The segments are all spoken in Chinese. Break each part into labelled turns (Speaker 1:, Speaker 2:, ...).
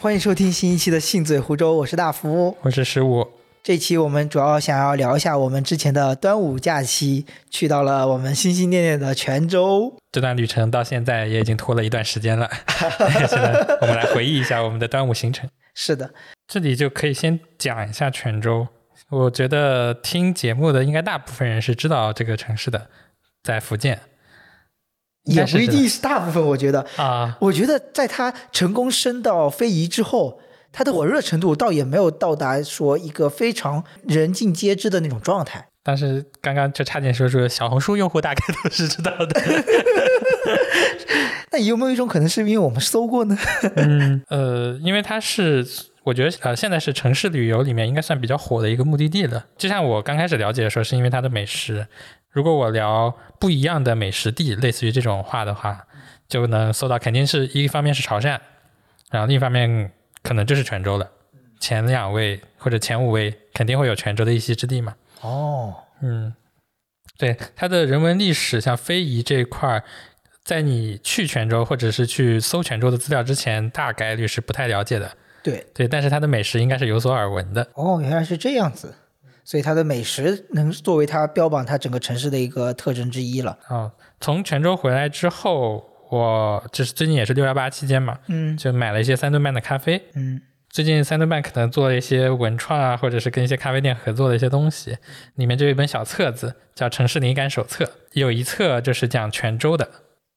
Speaker 1: 欢迎收听新一期的《信嘴湖州》，我是大福。
Speaker 2: 我是十五，
Speaker 1: 这期我们主要想要聊一下我们之前的端午假期，去到了我们心心念念的泉州。
Speaker 2: 这段旅程到现在也已经拖了一段时间了。 现在我们来回忆一下我们的端午行程，
Speaker 1: 是的，
Speaker 2: 这里就可以先讲一下泉州。我觉得听节目的应该大部分人是知道这个城市的，在福建应
Speaker 1: 也
Speaker 2: 该
Speaker 1: 不
Speaker 2: 是
Speaker 1: 一定是大部分。我觉得，
Speaker 2: 啊，
Speaker 1: 我觉得在他成功升到非遗之后，他的火热程度倒也没有到达说一个非常人尽皆知的那种状态。
Speaker 2: 但是刚刚就差点说出小红书用户大概都是知道的。
Speaker 1: 那有没有一种可能是因为我们搜过呢？
Speaker 2: 嗯，呃，因为它是，我觉得呃，现在是城市旅游里面应该算比较火的一个目的地了。就像我刚开始了解的时候，是因为它的美食。如果我聊不一样的美食地，类似于这种话的话，就能搜到，肯定是一方面是潮汕，然后另一方面可能就是泉州了。前两位或者前五位肯定会有泉州的一席之地嘛。
Speaker 1: 哦，
Speaker 2: 嗯，对，它的人文历史，像非遗这一块儿，在你去泉州或者是去搜泉州的资料之前，大概率是不太了解的。
Speaker 1: 对，
Speaker 2: 对，但是它的美食应该是有所耳闻的。
Speaker 1: 哦，原来是这样子，所以它的美食能作为它标榜它整个城市的一个特征之一了。
Speaker 2: 啊，从泉州回来之后，我就是最近也是六幺八期间嘛，
Speaker 1: 嗯
Speaker 2: 就买了一些三顿半的咖啡。
Speaker 1: 嗯，
Speaker 2: 最近三顿半可能做了一些文创啊，或者是跟一些咖啡店合作的一些东西。里面就有一本小册子，叫《城市灵感手册》，有一册就是讲泉州的。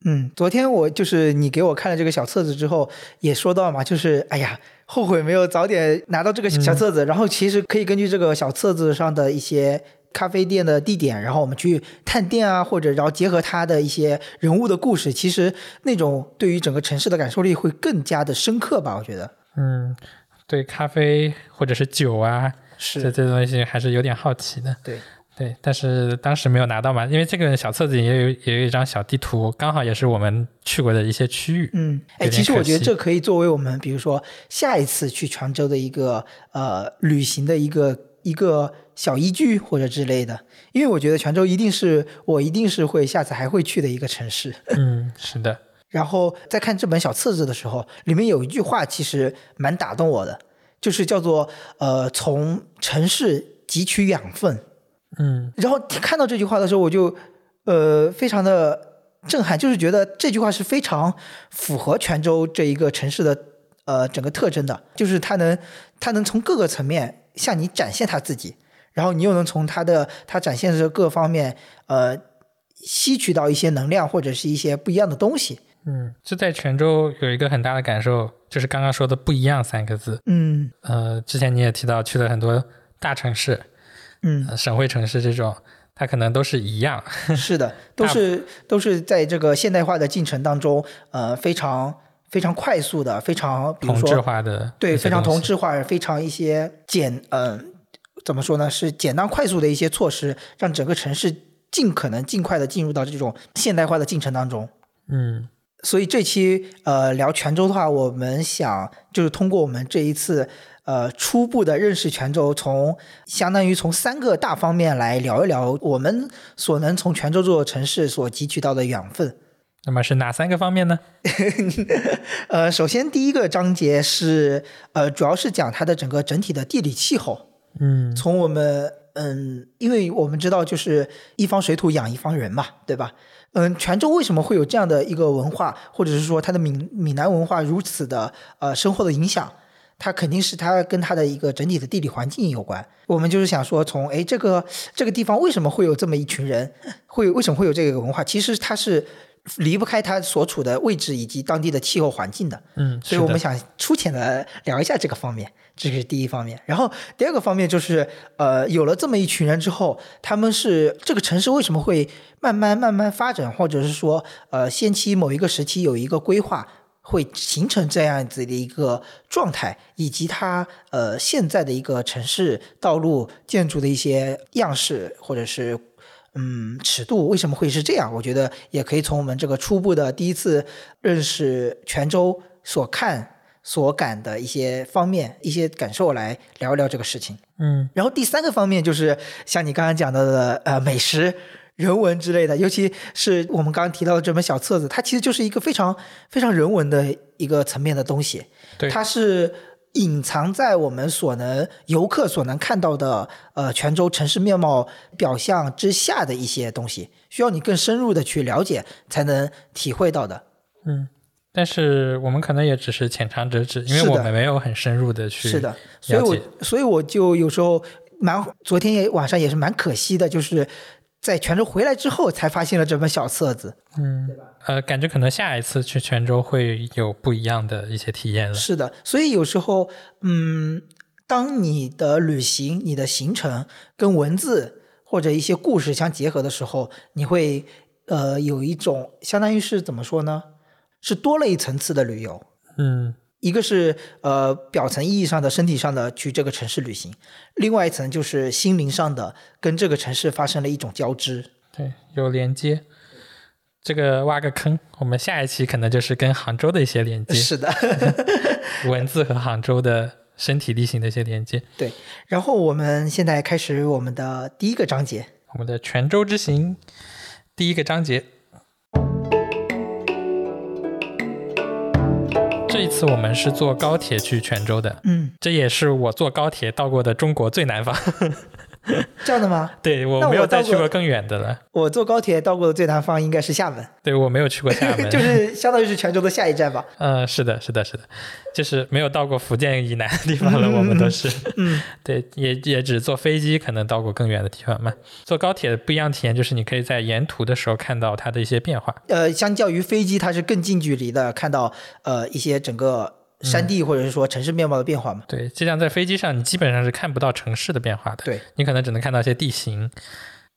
Speaker 1: 嗯，昨天我就是你给我看了这个小册子之后，也说到嘛，就是哎呀，后悔没有早点拿到这个小册子。然后其实可以根据这个小册子上的一些咖啡店的地点，然后我们去探店啊，或者然后结合它的一些人物的故事，其实那种对于整个城市的感受力会更加的深刻吧，我觉得
Speaker 2: 嗯，对咖啡或者是酒啊，这
Speaker 1: 是
Speaker 2: 这东西还是有点好奇的。
Speaker 1: 对。
Speaker 2: 对，但是当时没有拿到嘛，因为这个小册子里也有也有一张小地图，刚好也是我们去过的一些区域。
Speaker 1: 嗯，哎，
Speaker 2: 有点
Speaker 1: 其实我
Speaker 2: 可
Speaker 1: 觉得
Speaker 2: 惜
Speaker 1: 这可以作为我们，比如说下一次去泉州的一个呃旅行的一个一个小依据或者之类的，因为我觉得泉州一定是我一定是会下次还会去的一个城市。
Speaker 2: 嗯，是的，
Speaker 1: 然后在看这本小册子的时候，里面有一句话其实蛮打动我的，就是叫做呃从城市汲取养分。
Speaker 2: 嗯
Speaker 1: 然后看到这句话的时候，我就呃非常的震撼，就是觉得这句话是非常符合泉州这一个城市的呃整个特征的，就是它能它能从各个层面向你展现它自己，然后你又能从它的它展现的各方面呃吸取到一些能量或者是一些不一样的东西。
Speaker 2: 嗯，就在泉州有一个很大的感受，就是刚刚说的“不一样”三个字。
Speaker 1: 嗯
Speaker 2: 呃，之前你也提到去了很多大城市、
Speaker 1: 嗯，
Speaker 2: 呃省会城市这种，它可能都是一样。
Speaker 1: 是的，都是都是在这个现代化的进程当中，呃非常非常快速的，非常比如
Speaker 2: 同
Speaker 1: 说
Speaker 2: 质化的
Speaker 1: 对，
Speaker 2: 一些
Speaker 1: 非常
Speaker 2: 东
Speaker 1: 同
Speaker 2: 西
Speaker 1: 质化，非常一些简，嗯、怎么说呢？是简单快速的一些措施，让整个城市尽可能尽快的进入到这种现代化的进程当中。
Speaker 2: 嗯，
Speaker 1: 所以这期呃聊泉州的话，我们想就是通过我们这一次呃初步的认识泉州，从相当于从三个大方面来聊一聊我们所能从泉州这座城市所汲取到的养分。
Speaker 2: 那么是哪三个方面呢？
Speaker 1: 呃，首先第一个章节是呃主要是讲它的整个整体的地理气候。
Speaker 2: 嗯
Speaker 1: 从我们嗯，因为我们知道就是一方水土养一方人嘛，对吧？嗯，泉州为什么会有这样的一个文化，或者是说它的闽闽南文化如此的呃深厚的影响？它肯定是它跟它的一个整体的地理环境有关。我们就是想说从，诶哎这个这个地方为什么会有这么一群人，会为什么会有这个文化？其实它是离不开它所处的位置以及当地的气候环境的。
Speaker 2: 嗯，
Speaker 1: 所以
Speaker 2: 是
Speaker 1: 我
Speaker 2: 的
Speaker 1: 们想粗浅的聊一下这个方面，这是第一方面。然后第二个方面就是，呃，有了这么一群人之后，他们是这个城市为什么会慢慢慢慢发展，或者是说，呃，先期某一个时期有一个规划，会形成这样子的一个状态，以及它呃现在的一个城市道路建筑的一些样式，或者是嗯，尺度为什么会是这样？我觉得也可以从我们这个初步的第一次认识泉州所看、所感的一些方面、一些感受来聊一聊这个事情。
Speaker 2: 嗯
Speaker 1: 然后第三个方面就是像你刚刚讲到的，呃，美食。人文之类的，尤其是我们刚刚提到的这本小册子，它其实就是一个非常非常人文的一个层面的东西。
Speaker 2: 对
Speaker 1: 它是隐藏在我们所能游客所能看到的呃泉州城市面貌表象之下的一些东西，需要你更深入的去了解才能体会到的。
Speaker 2: 嗯，但是我们可能也只是浅尝辄止，因为
Speaker 1: 是的
Speaker 2: 我们没有很深入的去
Speaker 1: 是的，所以
Speaker 2: 了
Speaker 1: 我
Speaker 2: 解
Speaker 1: 所以我就有时候蛮，昨天也晚上也是蛮可惜的，就是在泉州回来之后才发现了这本小册子。
Speaker 2: 嗯，呃，感觉可能下一次去泉州会有不一样的一些体验了。
Speaker 1: 是的，所以有时候，嗯，当你的旅行、你的行程跟文字或者一些故事相结合的时候，你会呃有一种相当于是怎么说呢？是多了一层次的旅游。
Speaker 2: 嗯，
Speaker 1: 一个是呃表层意义上的、身体上的去这个城市旅行，另外一层就是心灵上的跟这个城市发生了一种交织。
Speaker 2: 对，有连接。这个挖个坑，我们下一期可能就是跟杭州的一些连接，
Speaker 1: 是的，
Speaker 2: 文字和杭州的身体力行的一些连接。
Speaker 1: 对。然后我们现在开始我们的第一个章节。
Speaker 2: 我们的泉州之行第一个章节。这一次我们是坐高铁去泉州的，
Speaker 1: 嗯，
Speaker 2: 这也是我坐高铁到过的中国最南方。
Speaker 1: 这样的吗？
Speaker 2: 对
Speaker 1: 那
Speaker 2: 我
Speaker 1: 我
Speaker 2: 没有再
Speaker 1: 到过
Speaker 2: 去过更远的了。
Speaker 1: 我坐高铁到过的最南方应该是厦门，
Speaker 2: 对我没有去过厦门，
Speaker 1: 就是相当于是泉州的下一站吧。
Speaker 2: 嗯，是的，是的，是的，就是没有到过福建以南的地方 了，我们都是，
Speaker 1: 嗯，
Speaker 2: 对，也也只坐飞机可能到过更远的地方嘛。坐高铁不一样体验就是你可以在沿途的时候看到它的一些变化，
Speaker 1: 呃，相较于飞机，它是更近距离的看到呃一些整个山地或者是说城市面貌的变化嘛。
Speaker 2: 对，就像在飞机上你基本上是看不到城市的变化的，
Speaker 1: 对，
Speaker 2: 你可能只能看到一些地形，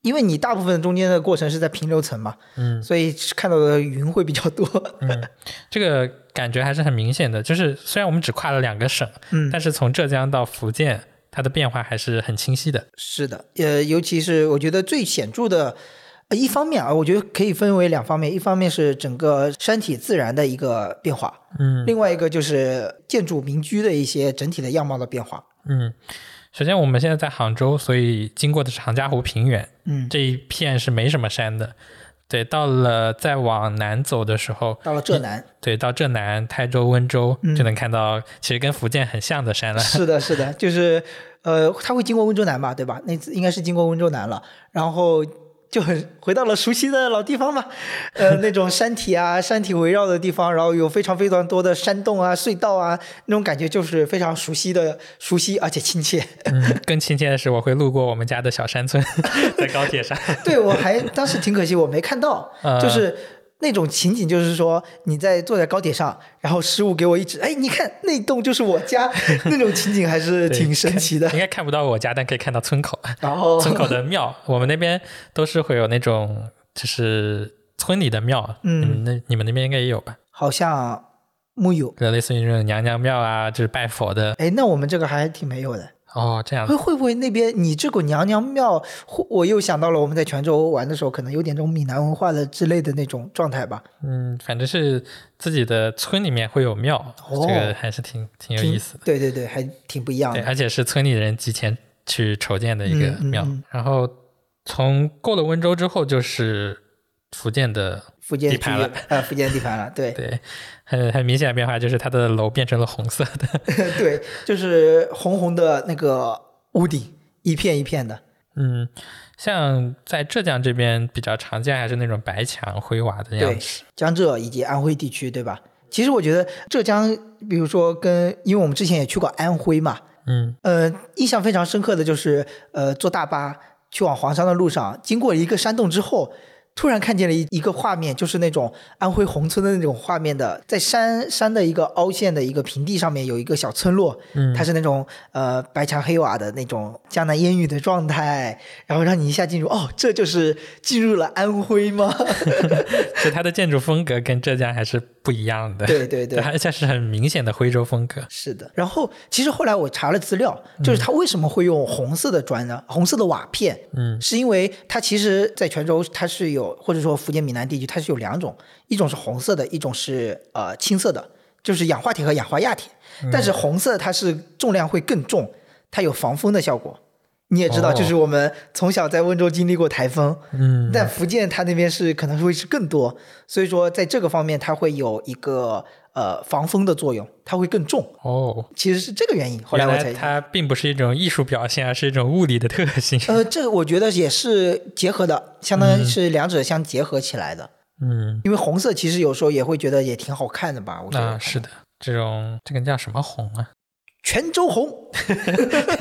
Speaker 1: 因为你大部分中间的过程是在平流层嘛，
Speaker 2: 嗯
Speaker 1: 所以看到的云会比较多。
Speaker 2: 嗯，这个感觉还是很明显的。就是虽然我们只跨了两个省，
Speaker 1: 嗯，
Speaker 2: 但是从浙江到福建，它的变化还是很清晰的。
Speaker 1: 是的，呃，尤其是我觉得最显著的。呃一方面啊，我觉得可以分为两方面，一方面是整个山体自然的一个变化，
Speaker 2: 嗯
Speaker 1: 另外一个就是建筑民居的一些整体的样貌的变化。
Speaker 2: 嗯，首先我们现在在杭州，所以经过的是杭嘉湖平原，
Speaker 1: 嗯，
Speaker 2: 这一片是没什么山的。对，到了再往南走的时候，
Speaker 1: 到了浙南，
Speaker 2: 对，到浙南、台州、温州
Speaker 1: 嗯
Speaker 2: 就能看到，其实跟福建很像的 山了。
Speaker 1: 是的，是的，就是呃，他会经过温州南吧，对吧？那次应该是经过温州南了，然后就很回到了熟悉的老地方嘛， 呃，那种山体啊，山体围绕的地方，然后有非常非常多的山洞啊、隧道啊，那种感觉就是非常熟悉的、熟悉而且亲 切。
Speaker 2: 嗯，更亲切的是，我会路过我们家的小山村， 在高铁上。
Speaker 1: 对我还当时挺可惜，我没看 到，
Speaker 2: 呃
Speaker 1: 就是。那种情景就是说，你在坐在高铁上，然后失误给我一指，哎，你看那栋就是我家， 那种情景还是
Speaker 2: 对
Speaker 1: 挺神奇的
Speaker 2: 应。该看不到我家，但可以看到村口，
Speaker 1: 然后
Speaker 2: 村口 的庙，我们那边都是会有那种，就是村里的庙，
Speaker 1: 嗯
Speaker 2: 你们那你们那边应该也有吧？
Speaker 1: 好像木有。
Speaker 2: 类似于那种娘娘庙啊，就是拜佛的。
Speaker 1: 哎，那我们这个还挺没有的。
Speaker 2: 哦，这样
Speaker 1: 会会不会那边你这股娘娘庙，或我又想到了我们在泉州玩的时候，可能有点这种闽南文化的之类的那种状态吧，
Speaker 2: 嗯，反正是自己的村里面会有庙，
Speaker 1: 哦
Speaker 2: 这个还是挺挺有
Speaker 1: 挺
Speaker 2: 意思的。
Speaker 1: 对对对，还挺不一样
Speaker 2: 对，
Speaker 1: 的。
Speaker 2: 而且是村里人集钱去筹建的一个
Speaker 1: 嗯嗯
Speaker 2: 庙。
Speaker 1: 嗯
Speaker 2: 然后从过了温州之后，就是福建的，
Speaker 1: 福建
Speaker 2: 地
Speaker 1: 地
Speaker 2: 盘了
Speaker 1: 呃，福建地盘了， 对
Speaker 2: 对，很很明显的变化就是它的楼变成了红色的。
Speaker 1: 对，就是红红的那个屋顶，一片一片的。
Speaker 2: 嗯，像在浙江这边比较常见还是那种白墙灰瓦的样
Speaker 1: 对
Speaker 2: 子。，
Speaker 1: 江浙以及安徽地区，对吧？其实我觉得浙江，比如说跟，因为我们之前也去过安徽嘛，
Speaker 2: 嗯，
Speaker 1: 呃，印象非常深刻的就是，呃，坐大巴去往黄山的路上，经过一个山洞之后，突然看见了一一个画面，就是那种安徽宏村的那种画面的，在山山的一个凹陷的一个平地上面有一个小村落，
Speaker 2: 嗯
Speaker 1: 它是那种呃白墙黑瓦的那种江南烟雨的状态，然后让你一下进入，哦，这就是进入了安徽吗？
Speaker 2: 所以它的建筑风格跟浙江还是不一样的。
Speaker 1: 对对对
Speaker 2: 而且是很明显的徽州风格。
Speaker 1: 是的，然后其实后来我查了资料，就是它为什么会用红色的砖呢？红色的瓦片，
Speaker 2: 嗯，
Speaker 1: 是因为它其实，在泉州它是有，或者说福建闽南地区它是有两种，一种是红色的，一种是呃青色的，就是氧化铁
Speaker 2: 嗯
Speaker 1: 和氧化亚铁。但是红色它是重量会更重，它有防风的效果，你也知道，
Speaker 2: 哦
Speaker 1: 就是我们从小在温州经历过台风，
Speaker 2: 嗯，
Speaker 1: 但福建它那边是可能会是更多，所以说在这个方面它会有一个呃防风的作用，它会更重，
Speaker 2: 哦，
Speaker 1: 其实是这个原因。后来
Speaker 2: 原
Speaker 1: 我
Speaker 2: 来
Speaker 1: 才
Speaker 2: 它并不是一种艺术表现，而是一种物理的特性。
Speaker 1: 呃，这个我觉得也是结合的，相当于是两者相结合起来的。
Speaker 2: 嗯，
Speaker 1: 因为红色其实有时候也会觉得也挺好看的吧，我觉得。
Speaker 2: 啊，是的，这种这个叫什么红啊？
Speaker 1: 泉州红、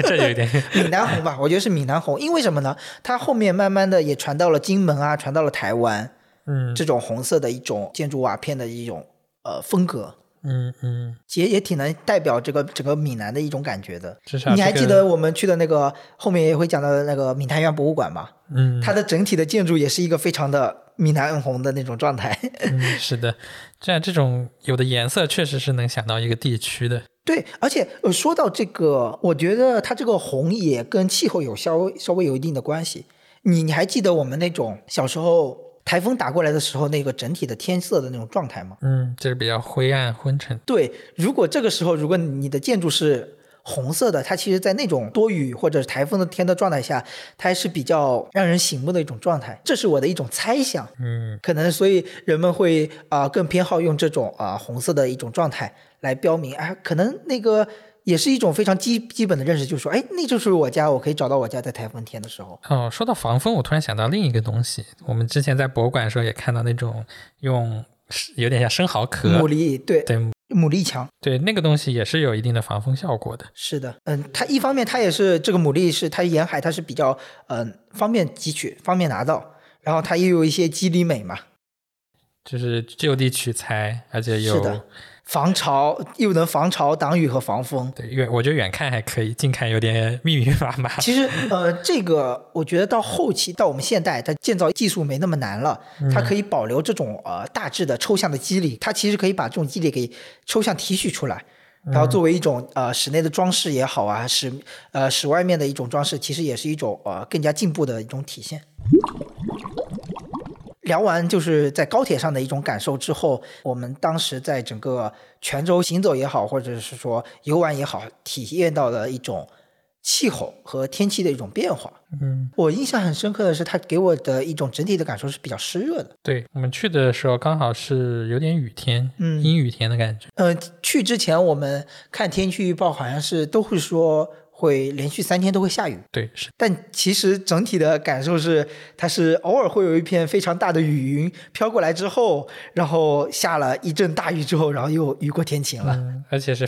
Speaker 2: 这有一 点，
Speaker 1: 闽南红吧，我觉得是闽南红，因为什么呢？它后面慢慢的也传到了金门啊，传到了台湾，
Speaker 2: 嗯
Speaker 1: 这种红色的一种建筑瓦啊片的一种呃风格，
Speaker 2: 嗯嗯，
Speaker 1: 也也挺能代表这个整个闽南的一种感觉的。
Speaker 2: 至少
Speaker 1: 你还
Speaker 2: 啊这
Speaker 1: 记
Speaker 2: 个
Speaker 1: 得我们去的那个后面也会讲到的那个闽台园博物馆吗？
Speaker 2: 嗯，
Speaker 1: 它的整体的建筑也是一个非常的闽南红的那种状态。
Speaker 2: 嗯，是的，这样这种有的颜色确实是能想到一个地区的。
Speaker 1: 对，而且呃，说到这个，我觉得它这个红也跟气候有稍微稍微有一定的关系。你你还记得我们那种小时候台风打过来的时候那个整体的天色的那种状态吗？
Speaker 2: 嗯，就是比较灰暗昏沉。
Speaker 1: 对，如果这个时候如果你的建筑是红色的，它其实，在那种多雨或者是台风的天的状态下，它还是比较让人醒目的一种状态。这是我的一种猜想。
Speaker 2: 嗯
Speaker 1: 可能所以人们会啊、更偏好用这种啊、红色的一种状态来标明，啊，可能那个也是一种非常基基本的认识，就是说，哎，那就是我家，我可以找到我家在台风天的时候。
Speaker 2: 哦，说到防风，我突然想到另一个东西，我们之前在博物馆的时候也看到那种用有点像生蚝壳
Speaker 1: 牡，蛎对
Speaker 2: 对
Speaker 1: 牡蛎墙
Speaker 2: 对，那个东西也是有一定的防风效果的。
Speaker 1: 是的，嗯，它一方面它也是这个牡蛎是它沿海它是比较嗯、方便汲取、方便拿到，然后它也有一些肌理美嘛，
Speaker 2: 就是就地取材，而且
Speaker 1: 是的
Speaker 2: 有
Speaker 1: 防潮又能防潮、挡雨和防风。
Speaker 2: 对远，我觉得远看还可以，近看有点密密麻麻。
Speaker 1: 其实，呃，这个我觉得到后期到我们现代，它建造技术没那么难了，它可以保留这种呃大致的抽象的肌理，它其实可以把这种肌理给抽象提取出来，然后作为一种呃室内的装饰也好啊，室呃室外面的一种装饰，其实也是一种呃更加进步的一种体现。聊完就是在高铁上的一种感受之后，我们当时在整个泉州行走也好，或者是说游玩也好，体验到了一种气候和天气的一种变化。
Speaker 2: 嗯，
Speaker 1: 我印象很深刻的是，它给我的一种整体的感受是比较湿热的。
Speaker 2: 对，我们去的时候刚好是有点雨天，
Speaker 1: 嗯
Speaker 2: 阴雨天的感觉。
Speaker 1: 嗯、去之前我们看天气预报，好像是都会说会连续三天都会下雨，
Speaker 2: 对，是
Speaker 1: 但其实整体的感受是，它是偶尔会有一片非常大的雨云飘过来之后，然后下了一阵大雨之后，然后又雨过天晴了。
Speaker 2: 嗯，而且是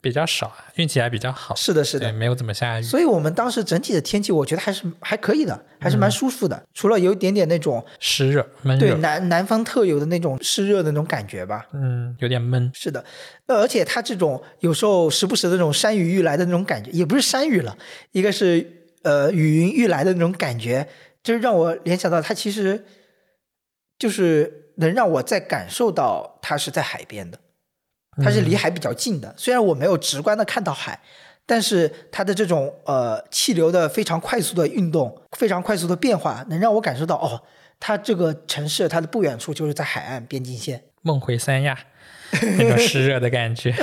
Speaker 2: 比较少，啊运气还比较好，
Speaker 1: 是的，是
Speaker 2: 对，
Speaker 1: 的。
Speaker 2: 没有怎么下雨。
Speaker 1: 所以我们当时整体的天气，我觉得还是还可以的，还是蛮舒服的。除了有一点点那种
Speaker 2: 湿热闷
Speaker 1: 对
Speaker 2: 热，
Speaker 1: 南南方特有的那种湿热的那种感觉吧。
Speaker 2: 嗯，有点闷，
Speaker 1: 是的，呃，而且它这种有时候时不时的那种山雨欲来的那种感觉，也不是山雨了，一个是呃雨云欲来的那种感觉，就是让我联想到它其实就是能让我在感受到它是在海边的，它是离海比较近的。虽然我没有直观的看到海，但是它的这种呃气流的非常快速的运动，非常快速的变化，能让我感受到哦，它这个城市它的不远处就是在海岸边境线。
Speaker 2: 梦回三亚那种湿热的感觉。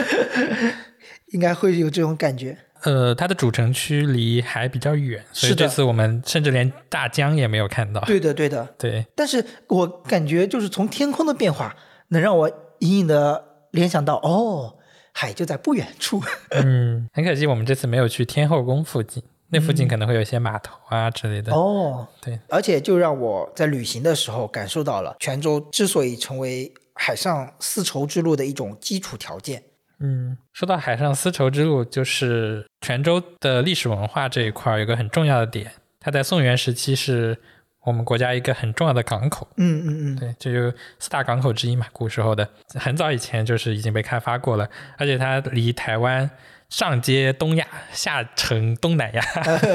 Speaker 1: 应该会有这种感觉，
Speaker 2: 呃，它的主城区离海比较远，所以
Speaker 1: 是的
Speaker 2: 这次我们甚至连大江也没有看到。
Speaker 1: 对的，对的。
Speaker 2: 对
Speaker 1: 但是我感觉就是从天空的变化，能让我隐隐的联想到，哦，海就在不远处。
Speaker 2: 嗯，很可惜我们这次没有去天后宫附近，那附近可能会有一些码头啊之类的。
Speaker 1: 哦，
Speaker 2: 对，
Speaker 1: 而且就让我在旅行的时候感受到了泉州之所以成为海上丝绸之路的一种基础条件。
Speaker 2: 嗯，说到海上丝绸之路，就是泉州的历史文化这一块儿有个很重要的点，它在宋元时期是我们国家一个很重要的港口。
Speaker 1: 嗯嗯嗯，
Speaker 2: 对，这就四大港口之一嘛，古时候的，很早以前就是已经被开发过了，而且它离台湾上接东亚，下承东南亚，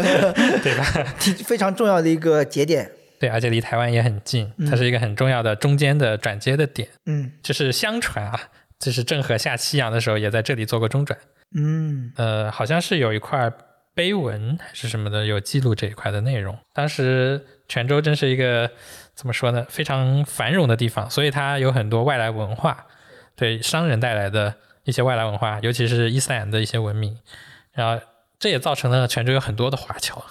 Speaker 2: 对吧？
Speaker 1: 挺非常重要的一个节点。
Speaker 2: 对，而且离台湾也很近，它是一个很重要的中间的转接的点。
Speaker 1: 嗯
Speaker 2: 就是相传啊，就是郑和下西洋的时候也在这里做过中转，
Speaker 1: 嗯
Speaker 2: 呃，好像是有一块碑文还是什么的，有记录这一块的内容。当时泉州真是一个怎么说呢，非常繁荣的地方，所以它有很多外来文化，对商人带来的一些外来文化，尤其是伊斯兰的一些文明，然后这也造成了泉州有很多的华侨。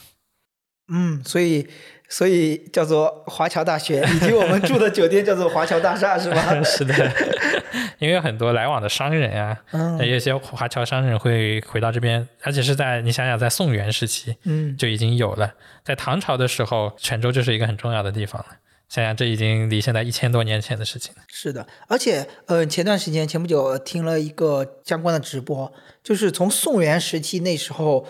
Speaker 1: 嗯，所以所以叫做华侨大学，以及我们住的酒店叫做华侨大厦，是 吧？
Speaker 2: 是的，因为有很多来往的商人啊，
Speaker 1: 嗯
Speaker 2: 也有一些华侨商人会回到这边，而且是在你想想，在宋元时期
Speaker 1: 嗯，
Speaker 2: 就已经有了，在唐朝的时候，泉州就是一个很重要的地方了。想想这已经离现在一千多年前的事情了。
Speaker 1: 是的，而且呃，前段时间前不久呃听了一个相关的直播，就是从宋元时期那时候，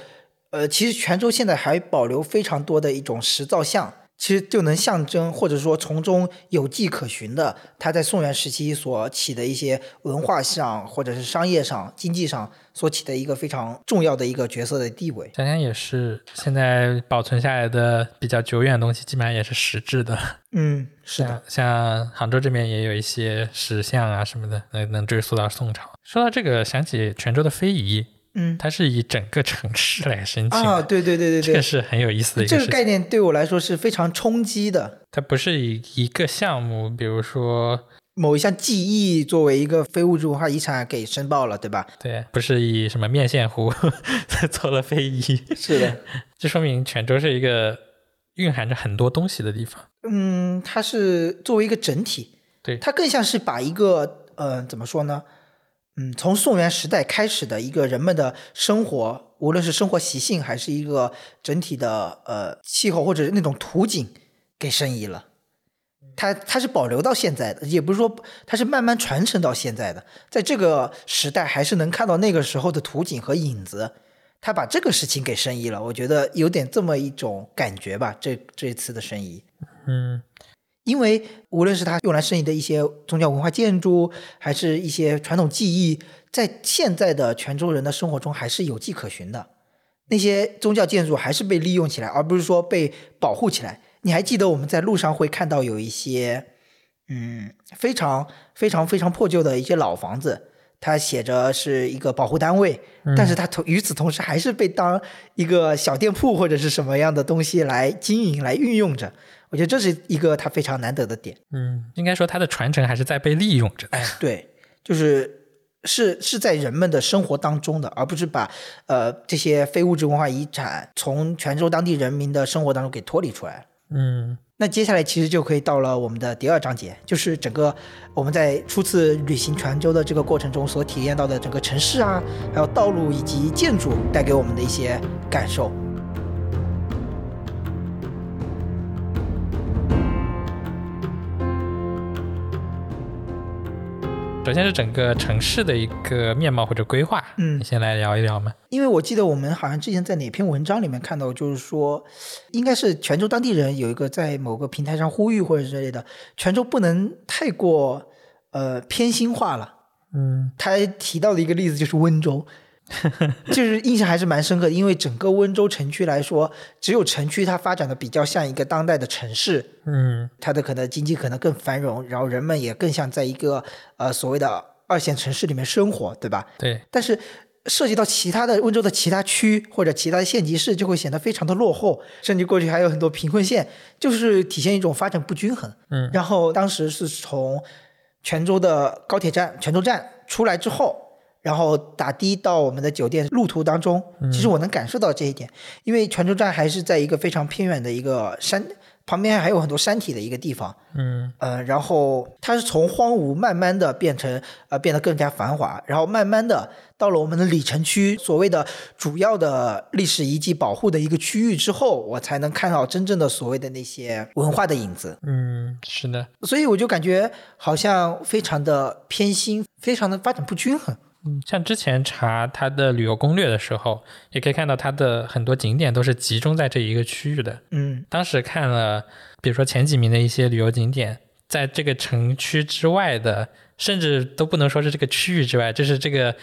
Speaker 1: 呃，其实泉州现在还保留非常多的一种石造像，其实就能象征或者说从中有迹可循的，它在宋元时期所起的一些文化上或者是商业上、经济上所起的一个非常重要的一个角色的地位。
Speaker 2: 想想也是，现在保存下来的比较久远的东西，基本上也是实质的。
Speaker 1: 嗯，是的，
Speaker 2: 像 像杭州这边也有一些石像啊什么的，能能追溯到宋朝。说到这个，想起泉州的非遗，
Speaker 1: 嗯
Speaker 2: 它是以整个城市来申请的，
Speaker 1: 啊，对对对
Speaker 2: 这个
Speaker 1: 对
Speaker 2: 是很有意思的
Speaker 1: 对，
Speaker 2: 一个
Speaker 1: 这
Speaker 2: 事
Speaker 1: 个
Speaker 2: 情。
Speaker 1: 概念对我来说是非常冲击的。
Speaker 2: 它不是以一个项目，比如说
Speaker 1: 某一项技艺作为一个非物质文化遗产给申报了，对吧？
Speaker 2: 对，不是以什么面线糊 做了非遗，
Speaker 1: 是的，
Speaker 2: 这说明泉州是一个蕴含着很多东西的地方。
Speaker 1: 嗯，它是作为一个整体，
Speaker 2: 对
Speaker 1: 它更像是把一个，呃，怎么说呢？嗯，从宋元时代开始的一个人们的生活，无论是生活习性还是一个整体的呃气候或者是那种图景，给申遗了。它它是保留到现在的，也不是说它是慢慢传承到现在的，在这个时代还是能看到那个时候的图景和影子。他把这个事情给申遗了，我觉得有点这么一种感觉吧。这这次的申遗，
Speaker 2: 嗯，
Speaker 1: 因为无论是它用来申遗的一些宗教文化建筑，还是一些传统技艺，在现在的泉州人的生活中还是有迹可循的。那些宗教建筑还是被利用起来，而不是说被保护起来。你还记得我们在路上会看到有一些，嗯，非常非常非常破旧的一些老房子，它写着是一个保护单位，但是它同与此同时还是被当一个小店铺或者是什么样的东西来经营、来运用着。我觉得这是一个它非常难得的点。
Speaker 2: 嗯，应该说它的传承还是在被利用着的。
Speaker 1: 对，就是是是在人们的生活当中的，而不是把呃这些非物质文化遗产从泉州当地人民的生活当中给脱离出来。
Speaker 2: 嗯，
Speaker 1: 那接下来其实就可以到了我们的第二章节，就是整个我们在初次旅行泉州的这个过程中所体验到的整个城市啊，还有道路以及建筑带给我们的一些感受。
Speaker 2: 首先是整个城市的一个面貌或者规划，
Speaker 1: 嗯
Speaker 2: 你先来聊一聊嘛。
Speaker 1: 因为我记得我们好像之前在哪篇文章里面看到，就是说，应该是泉州当地人有一个在某个平台上呼吁或者之类的，泉州不能太过呃偏心化了。
Speaker 2: 嗯，
Speaker 1: 他提到的一个例子就是温州，就是印象还是蛮深刻的，因为整个温州城区来说，只有城区它发展的比较像一个当代的城市，
Speaker 2: 嗯
Speaker 1: 它的可能经济可能更繁荣，然后人们也更像在一个呃所谓的二线城市里面生活，对吧？，
Speaker 2: 对，
Speaker 1: 但是涉及到其他的温州的其他区或者其他的县级市，就会显得非常的落后，甚至过去还有很多贫困县，就是体现一种发展不均衡。
Speaker 2: 嗯，
Speaker 1: 然后当时是从泉州的高铁站泉州站出来之后。然后打的到我们的酒店路途当中，
Speaker 2: 嗯
Speaker 1: 其实我能感受到这一点，因为泉州站还是在一个非常偏远的一个山旁边，还有很多山体的一个地方，
Speaker 2: 嗯
Speaker 1: 呃，然后它是从荒芜慢慢的变成呃变得更加繁华，然后慢慢的到了我们的里城区，所谓的主要的历史遗迹保护的一个区域之后，我才能看到真正的所谓的那些文化的影子。
Speaker 2: 嗯，是的。
Speaker 1: 所以我就感觉好像非常的偏心，非常的发展不均衡。
Speaker 2: 嗯，像之前查它的旅游攻略的时候，也可以看到它的很多景点都是集中在这一个区域的。
Speaker 1: 嗯
Speaker 2: 当时看了，比如说前几名的一些旅游景点，在这个城区之外的，甚至都不能说是这个区域之外，这是这个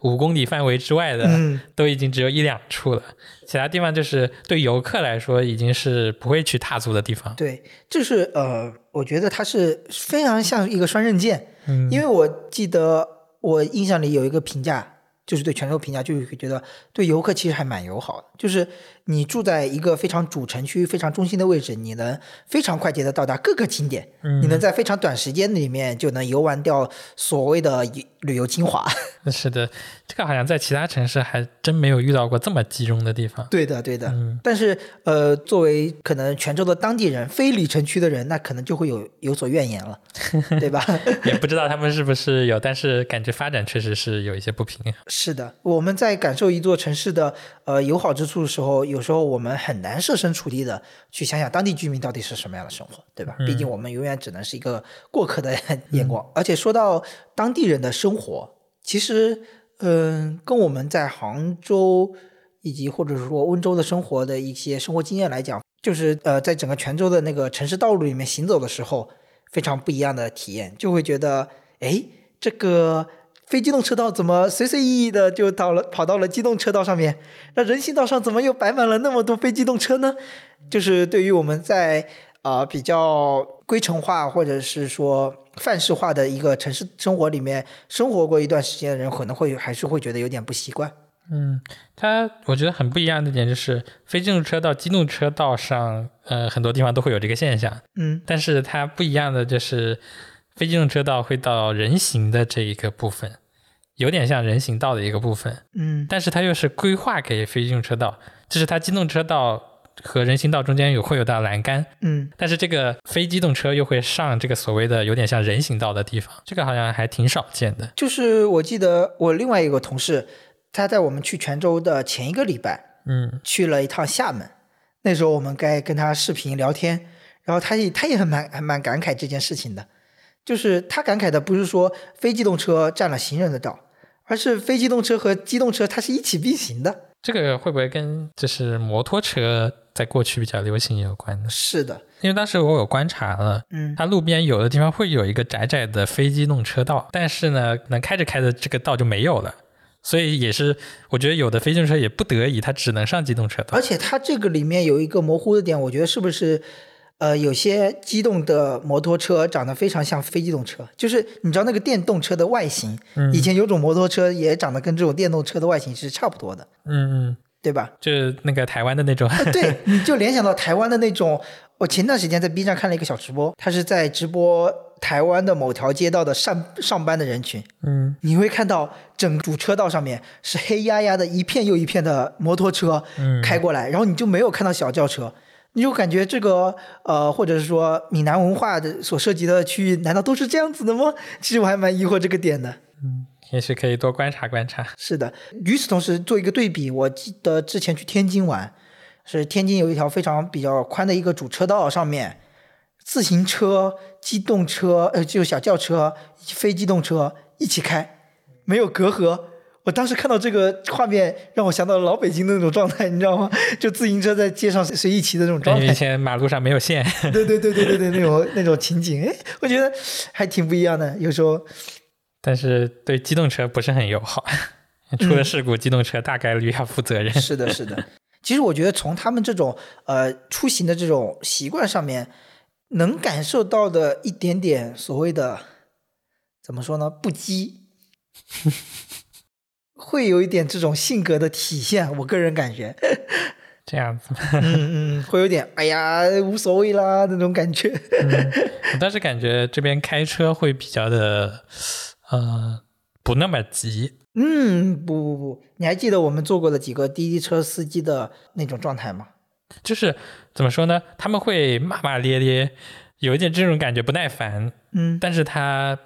Speaker 2: 五公里范围之外的，
Speaker 1: 嗯，
Speaker 2: 都已经只有一两处了。其他地方就是对游客来说已经是不会去踏足的地方。
Speaker 1: 对，就是呃，我觉得它是非常像一个双刃剑，
Speaker 2: 嗯
Speaker 1: 因为我记得我印象里有一个评价，就是对泉州评价，就是会觉得对游客其实还蛮友好的。就是你住在一个非常主城区、非常中心的位置，你能非常快捷的到达各个景点，你能在非常短时间里面就能游玩掉所谓的旅游精华。
Speaker 2: 是的，这个好像在其他城市还真没有遇到过这么集中的地方。
Speaker 1: 对的，对的。但是呃，作为可能泉州的当地人、非里城区的人，那可能就会有有所怨言了，对吧？
Speaker 2: 也不知道他们是不是有，但是感觉发展确实是有一些不平衡。
Speaker 1: 是的，我们在感受一座城市的呃友好之处的时候，有时候我们很难设身处地的去想想当地居民到底是什么样的生活，对吧？毕竟我们永远只能是一个过客的眼光。而且说到当地人的生活，其实嗯、跟我们在杭州以及或者是说温州的生活的一些生活经验来讲，就是呃，在整个泉州的那个城市道路里面行走的时候，非常不一样的体验，就会觉得，哎，这个非机动车道怎么随随意意的就到了跑到了机动车道上面？那人行道上怎么又摆满了那么多非机动车呢？就是对于我们在啊、呃比较规程化或者是说范式化的一个城市生活里面生活过一段时间的人，可能会还是会觉得有点不习惯。
Speaker 2: 嗯，它我觉得很不一样的一点就是，非机动车道、机动车道上，呃，很多地方都会有这个现象，
Speaker 1: 嗯，
Speaker 2: 但是它不一样的就是，非机动车道会到人行的这一个部分，有点像人行道的一个部分，
Speaker 1: 嗯，
Speaker 2: 但是它又是规划给非机动车道，就是它机动车道和人行道中间有会有道栏杆，
Speaker 1: 嗯，
Speaker 2: 但是这个非机动车又会上这个所谓的有点像人行道的地方，这个好像还挺少见的。
Speaker 1: 就是我记得我另外一个同事，他在我们去泉州的前一个礼拜
Speaker 2: 嗯
Speaker 1: 去了一趟厦门，那时候我们该跟他视频聊天，然后他也他也很蛮很蛮感慨这件事情的，就是他感慨的不是说非机动车占了行人的道，而是非机动车和机动车它是一起并行的。
Speaker 2: 这个会不会跟就是摩托车在过去比较流行有关呢？
Speaker 1: 是的，
Speaker 2: 因为当时我有观察了，
Speaker 1: 嗯，
Speaker 2: 它路边有的地方会有一个窄窄的非机动车道，但是呢，可能开着开着这个道就没有了，所以也是我觉得有的非机动车也不得已，它只能上机动车道
Speaker 1: 而。且它这个里面有一个模糊的点，我觉得是不是？呃，有些机动的摩托车长得非常像非机动车，就是你知道那个电动车的外形，以前有种摩托车也长得跟这种电动车的外形是差不多的，
Speaker 2: 嗯嗯，
Speaker 1: 对吧？
Speaker 2: 就是那个台湾的那种，
Speaker 1: 对，你就联想到台湾的那种。我前段时间在 B 站看了一个小直播，他是在直播台湾的某条街道的上上班的人群，
Speaker 2: 嗯，
Speaker 1: 你会看到整主车道上面是黑压压的一片又一片的摩托车开过来，然后你就没有看到小轿车，你就感觉这个呃，或者是说闽南文化的所涉及的区域，难道都是这样子的吗？其实我还蛮疑惑这个点的。
Speaker 2: 也许可以多观察观察。
Speaker 1: 是的，与此同时做一个对比，我记得之前去天津玩，是天津有一条非常比较宽的一个主车道，上面自行车、机动车，呃，就小轿车、以及非机动车一起开，没有隔阂。我当时看到这个画面，让我想到了老北京的那种状态，你知道吗？就自行车在街上随意骑的那种状
Speaker 2: 因为以
Speaker 1: 态。
Speaker 2: 前马路上没有线，
Speaker 1: 对对对对对对， 那种那种情景，哎，我觉得还挺不一样的。有时候
Speaker 2: 但是对机动车不是很友好， 出了事故，机动车大概率要负责 任。
Speaker 1: 是的，是的。其实我觉得从他们这种呃出行的这种习惯上面，能感受到的一点点所谓的怎么说呢，不羁，会有一点这种性格的体现。我个人感觉，
Speaker 2: 这样子，
Speaker 1: 嗯嗯，会有点哎呀无所谓啦那种感觉。
Speaker 2: 我倒是感觉这边开车会比较的，呃，不那么急。
Speaker 1: 嗯，不不不，你还记得我们做过的几个滴滴车司机的那种状态吗？
Speaker 2: 就是怎么说呢？他们会骂骂咧咧，有一点这种感觉不耐烦，
Speaker 1: 嗯，
Speaker 2: 但是他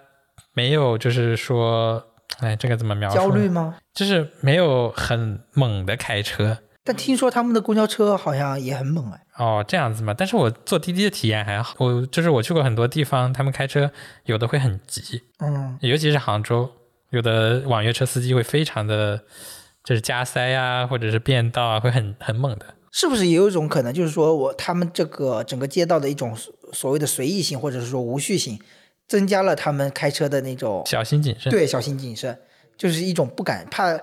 Speaker 2: 没有就是说，哎，这个怎么描述？
Speaker 1: 焦虑，吗？
Speaker 2: 就是没有很猛的开车
Speaker 1: 但听说他们的公交车好像也很猛哎。
Speaker 2: 哦，这样子嘛。但是我坐滴滴的体验还好，我就是我去过很多地方，他们开车有的会很急，
Speaker 1: 嗯，
Speaker 2: 尤其是杭州，有的网约车司机会非常的。就是加塞啊，或者是变道啊，会很很猛的。
Speaker 1: 是不是也有一种可能，就是说我他们这个整个街道的一种所所谓的随意性，或者是说无序性，增加了他们开车的那种
Speaker 2: 小心谨慎。，
Speaker 1: 对小心谨慎，就是一种不敢怕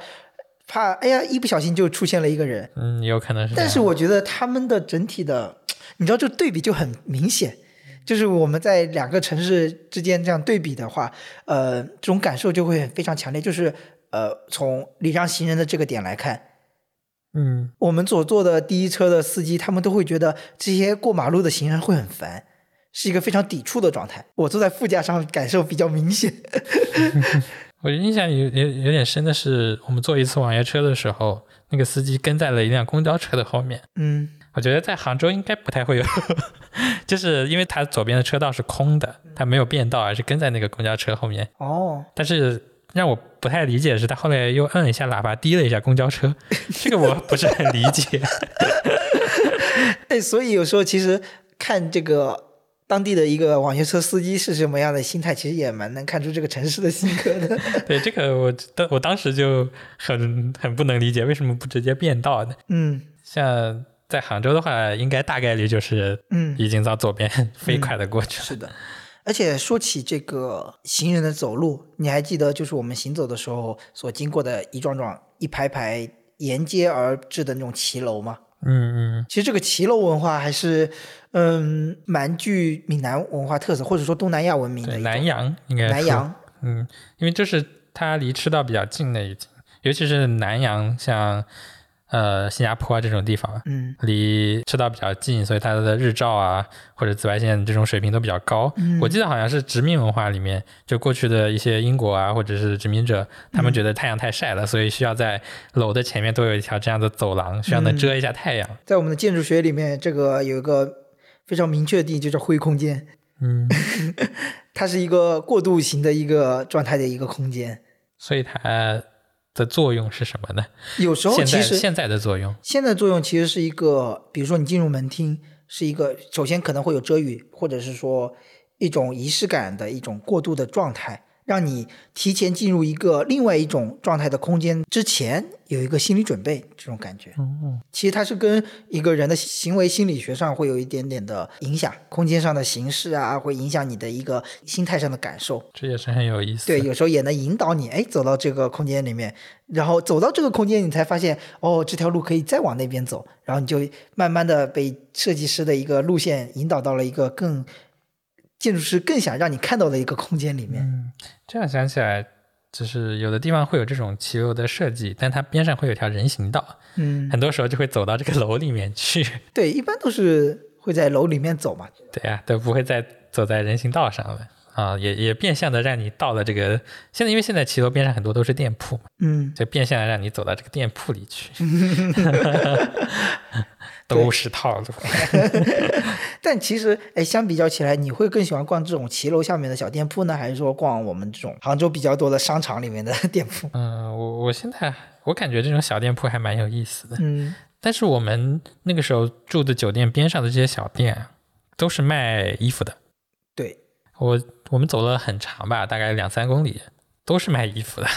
Speaker 1: 怕，哎呀，一不小心就出现了一个人。
Speaker 2: 嗯，有可能是这样。
Speaker 1: 但是我觉得他们的整体的，你知道，这对比就很明显。就是我们在两个城市之间这样对比的话，呃，这种感受就会非常强烈。就是呃，从礼让行人的这个点来看，
Speaker 2: 嗯，
Speaker 1: 我们所坐的第一车的司机，他们都会觉得这些过马路的行人会很烦，是一个非常抵触的状态。我坐在副驾上，感受比较明显。
Speaker 2: 我印象有有有点深的是，我们坐一次网约车的时候，那个司机跟在了一辆公交车的后面。
Speaker 1: 嗯
Speaker 2: 我觉得在杭州应该不太会有， 就是因为他左边的车道是空的，他没有变道，而是跟在那个公交车后面。
Speaker 1: 哦，
Speaker 2: 但是让我不太理解的是，他后来又摁了一下喇叭，滴了一下公交车， 这个我不是很理解。
Speaker 1: 哎，所以有时候其实看这个当地的一个网约车司机是什么样的心态，其实也蛮能看出这个城市的性格的。 嗯
Speaker 2: 对这个我当我当时就很很不能理解，为什么不直接变道呢？
Speaker 1: 嗯
Speaker 2: 像在杭州的话，应该大概率就是
Speaker 1: 嗯，
Speaker 2: 已经到左边飞快的过去了。
Speaker 1: 是的，而且说起这个行人的走路，你还记得就是我们行走的时候所经过的一幢幢一排排沿街而至的那种骑楼吗？
Speaker 2: 嗯嗯，
Speaker 1: 其实这个骑楼文化还是，嗯，蛮具闽南文化特色，或者说东南亚文明的
Speaker 2: 嗯对，
Speaker 1: 一
Speaker 2: 南
Speaker 1: 种
Speaker 2: 阳应该
Speaker 1: 南
Speaker 2: 说
Speaker 1: 洋，
Speaker 2: 嗯，因为就是它离赤道比较近的已经，尤其是南洋，像呃新加坡啊这种地方，
Speaker 1: 嗯
Speaker 2: 离赤道比较近，所以它的日照啊或者紫外线这种水平都比较高。
Speaker 1: 嗯
Speaker 2: 我记得好像是殖民文化里面，就过去的一些英国啊或者是殖民者，他们觉得太阳太晒了，所以需要在楼的前面都有一条这样的走廊，需要
Speaker 1: 嗯
Speaker 2: 能遮一下太阳。
Speaker 1: 在我们的建筑学里面，这个有一个非常明确的定义，就叫灰空间，
Speaker 2: 嗯，
Speaker 1: 它是一个过渡型的一个状态的一个空间。
Speaker 2: 所以它的作用是什么呢？
Speaker 1: 有时候
Speaker 2: 现
Speaker 1: 其
Speaker 2: 在
Speaker 1: 实
Speaker 2: 现在的作用，
Speaker 1: 现在作用其实是一个，比如说你进入门厅，是一个首先可能会有遮雨，或者是说一种仪式感的一种过渡的状态，让你提前进入一个另外一种状态的空间之前有一个心理准备，这种感觉。
Speaker 2: 嗯
Speaker 1: 其实它是跟一个人的行为心理学上会有一点点的影响，空间上的形式啊，会影响你的一个心态上的感受。
Speaker 2: 这也是很有意思。
Speaker 1: 对，，有时候也能引导你，哎，走到这个空间里面，然后走到这个空间，你才发现，哦，这条路可以再往那边走，然后你就慢慢的被设计师的一个路线引导到了一个更建筑师更想让你看到的一个空间里面。
Speaker 2: 嗯，这样想起来，就是有的地方会有这种骑楼的设计，但它边上会有条人行道，
Speaker 1: 嗯，
Speaker 2: 很多时候就会走到这个楼里面去。
Speaker 1: 对，一般都是会在楼里面走嘛。
Speaker 2: 对呀、都不会再走在人行道上了啊，也也变相的让你到了这个现在，因为现在骑楼边上很多都是店铺嘛，
Speaker 1: 嗯，
Speaker 2: 就变相的让你走到这个店铺里去，都是套路。
Speaker 1: 但其实，哎，相比较起来，你会更喜欢逛这种骑楼下面的小店铺呢，还是说逛我们这种杭州比较多的商场里面的 店铺？
Speaker 2: 嗯、我我现在我感觉这种小店铺还蛮有意思的。
Speaker 1: 嗯，
Speaker 2: 但是我们那个时候住的酒店边上的这些小店啊，都是卖衣服的。
Speaker 1: 对，
Speaker 2: 我我们走了很长吧，大概两三公里，都是卖衣服的。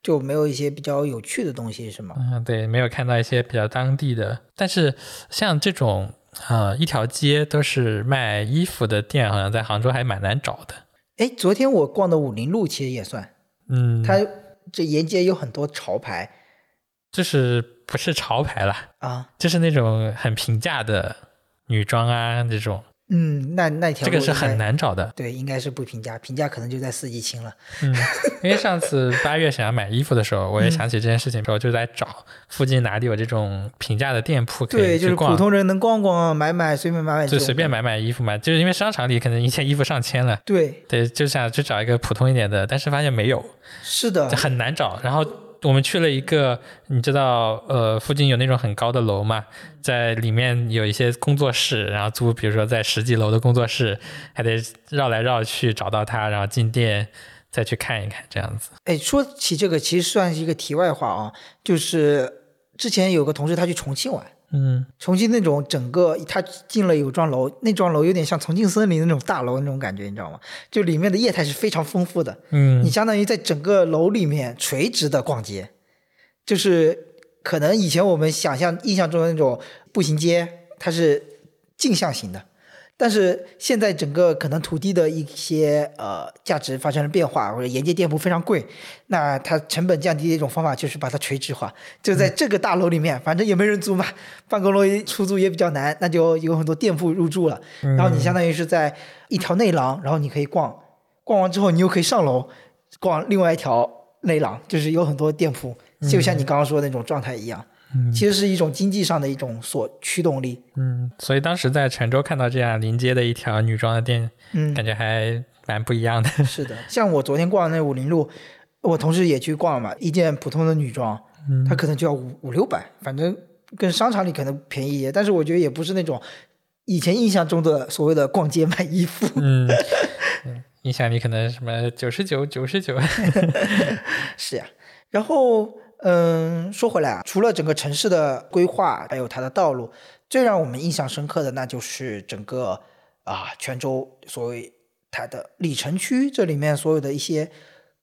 Speaker 1: 就没有一些比较有趣的东西是吗？
Speaker 2: 嗯，对，没有看到一些比较当地的。但是像这种呃一条街都是卖衣服的店，好像在杭州还蛮难找的。
Speaker 1: 哎，昨天我逛的武林路其实也算，
Speaker 2: 嗯，
Speaker 1: 它这沿街有很多潮牌
Speaker 2: 就是不是潮牌啦，
Speaker 1: 啊。
Speaker 2: 就是那种很平价的女装啊，这种
Speaker 1: 嗯，那那条
Speaker 2: 这个
Speaker 1: 路
Speaker 2: 是
Speaker 1: 应
Speaker 2: 很
Speaker 1: 该。
Speaker 2: 难找的。
Speaker 1: 对，应该是不平价，平价可能就在四季青了。
Speaker 2: 嗯，因为上次八月想要买衣服的时候，
Speaker 1: 嗯
Speaker 2: 我也想起这件事情，之后就在找附近哪里有这种平价的店铺可
Speaker 1: 对，
Speaker 2: 以
Speaker 1: 就
Speaker 2: 去
Speaker 1: 是
Speaker 2: 逛
Speaker 1: 普，通人能逛逛、买买、随便买买，
Speaker 2: 就随便。买买衣服嘛。就是因为商场里可能一件衣服上千了，
Speaker 1: 对，
Speaker 2: 对，就想去找一个普通一点的，但是发现没有，
Speaker 1: 是的
Speaker 2: 就，很难找。然后我们去了一个，你知道，呃，附近有那种很高的楼嘛，在里面有一些工作室，然后租，比如说在十几楼的工作室，还得绕来绕去找到它，然后进店再去看一看，这样子。
Speaker 1: 哎，说起这个，其实算是一个题外话啊，就是之前有个同事他去重庆玩，
Speaker 2: 嗯。
Speaker 1: 重庆那种整个他进了有幢楼，那幢楼有点像重庆森林那种大楼那种感觉，你知道吗？就里面的业态是非常丰富的，
Speaker 2: 嗯
Speaker 1: 你，相当于在整个楼里面垂直的逛街，就是可能以前我们想象印象中的那种步行街，它是径向型的。但是现在整个可能土地的一些呃价值发生了变化，或者沿街店铺非常贵，那它成本降低的一种方法就是把它垂直化，就在这个大楼里面，反正也没人租嘛，办公楼出租也比较难，那就有很多店铺入驻了。
Speaker 2: 嗯
Speaker 1: 然后你相当于是在一条内廊，然后你可以逛，逛完之后你又可以上楼逛另外一条内廊，就是有很多店铺，就像你刚刚说的那种状态一样，
Speaker 2: 嗯
Speaker 1: 其实是一种经济上的一种所驱动力。
Speaker 2: 嗯，所以当时在泉州看到这样临街的一条女装的店，
Speaker 1: 嗯，
Speaker 2: 感觉还蛮不一样的。
Speaker 1: 是的，像我昨天逛的那武林路，我同事也去逛了嘛，一件普通的女装，它可能就要五五六百，反正跟商场里可能便宜一些，但是我觉得也不是那种以前印象中的所谓的逛街买衣服。
Speaker 2: 嗯， 印象里可能什么九十九、九十九，
Speaker 1: 是呀、然后嗯，说回来啊，除了整个城市的规划，还有它的道路，最让我们印象深刻的，那就是整个啊泉州所谓它的里城区这里面所有的一些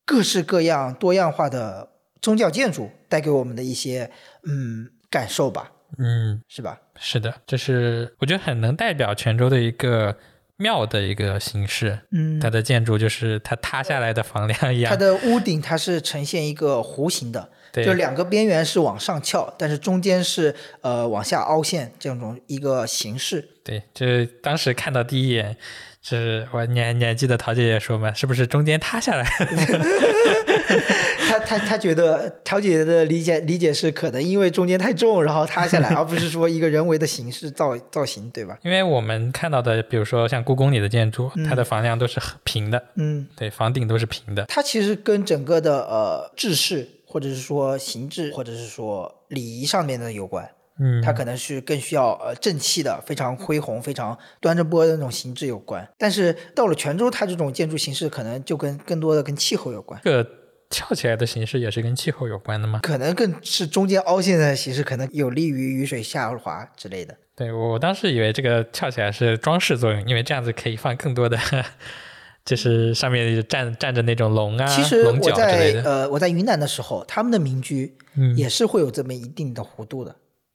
Speaker 1: 各式各样多样化的宗教建筑带给我们的一些嗯感受吧，
Speaker 2: 嗯，
Speaker 1: 是吧？
Speaker 2: 是的，这是我觉得很能代表泉州的一个庙的一个形式。
Speaker 1: 嗯
Speaker 2: 它的建筑就是它塌下来的房梁一
Speaker 1: 它
Speaker 2: 样，
Speaker 1: 的屋顶它是呈现一个弧形的，就
Speaker 2: 对，
Speaker 1: 两个边缘是往上翘，但是中间是呃往下凹陷这种一个形式。
Speaker 2: 对，就是当时看到第一眼，是我你还你还记得陶姐姐说吗？是不是中间塌下来？
Speaker 1: 他他他觉得调解的理解理解是可能因为中间太重，然后塌下来，而不是说一个人为的形式造造型，对吧？
Speaker 2: 因为我们看到的，比如说像故宫里的建筑，它的房梁都是很平的，
Speaker 1: 嗯，
Speaker 2: 对，房顶都是平的，
Speaker 1: 它其实跟整个的呃制式，或者是说形制，或者是说礼仪上面的有关。
Speaker 2: 嗯，
Speaker 1: 它可能是更需要呃正气的、非常恢宏、非常端着波的那种形制有关。但是到了泉州，它这种建筑形式可能就跟更多的跟气候有关。
Speaker 2: 这个翘起来的形式也是跟气候有关的吗？
Speaker 1: 可能更是中间凹陷的形式，可能有利于雨水下滑之类的。
Speaker 2: 对我我当时以为这个翘起来是装饰作用，因为这样子可以放更多的，就是上面站站着那种龙啊、
Speaker 1: 其实
Speaker 2: 龙
Speaker 1: 我
Speaker 2: 角之类
Speaker 1: 在
Speaker 2: 的。
Speaker 1: 呃我在云南的时候，他们的民居
Speaker 2: 嗯
Speaker 1: 也是会有这么一定的弧度的，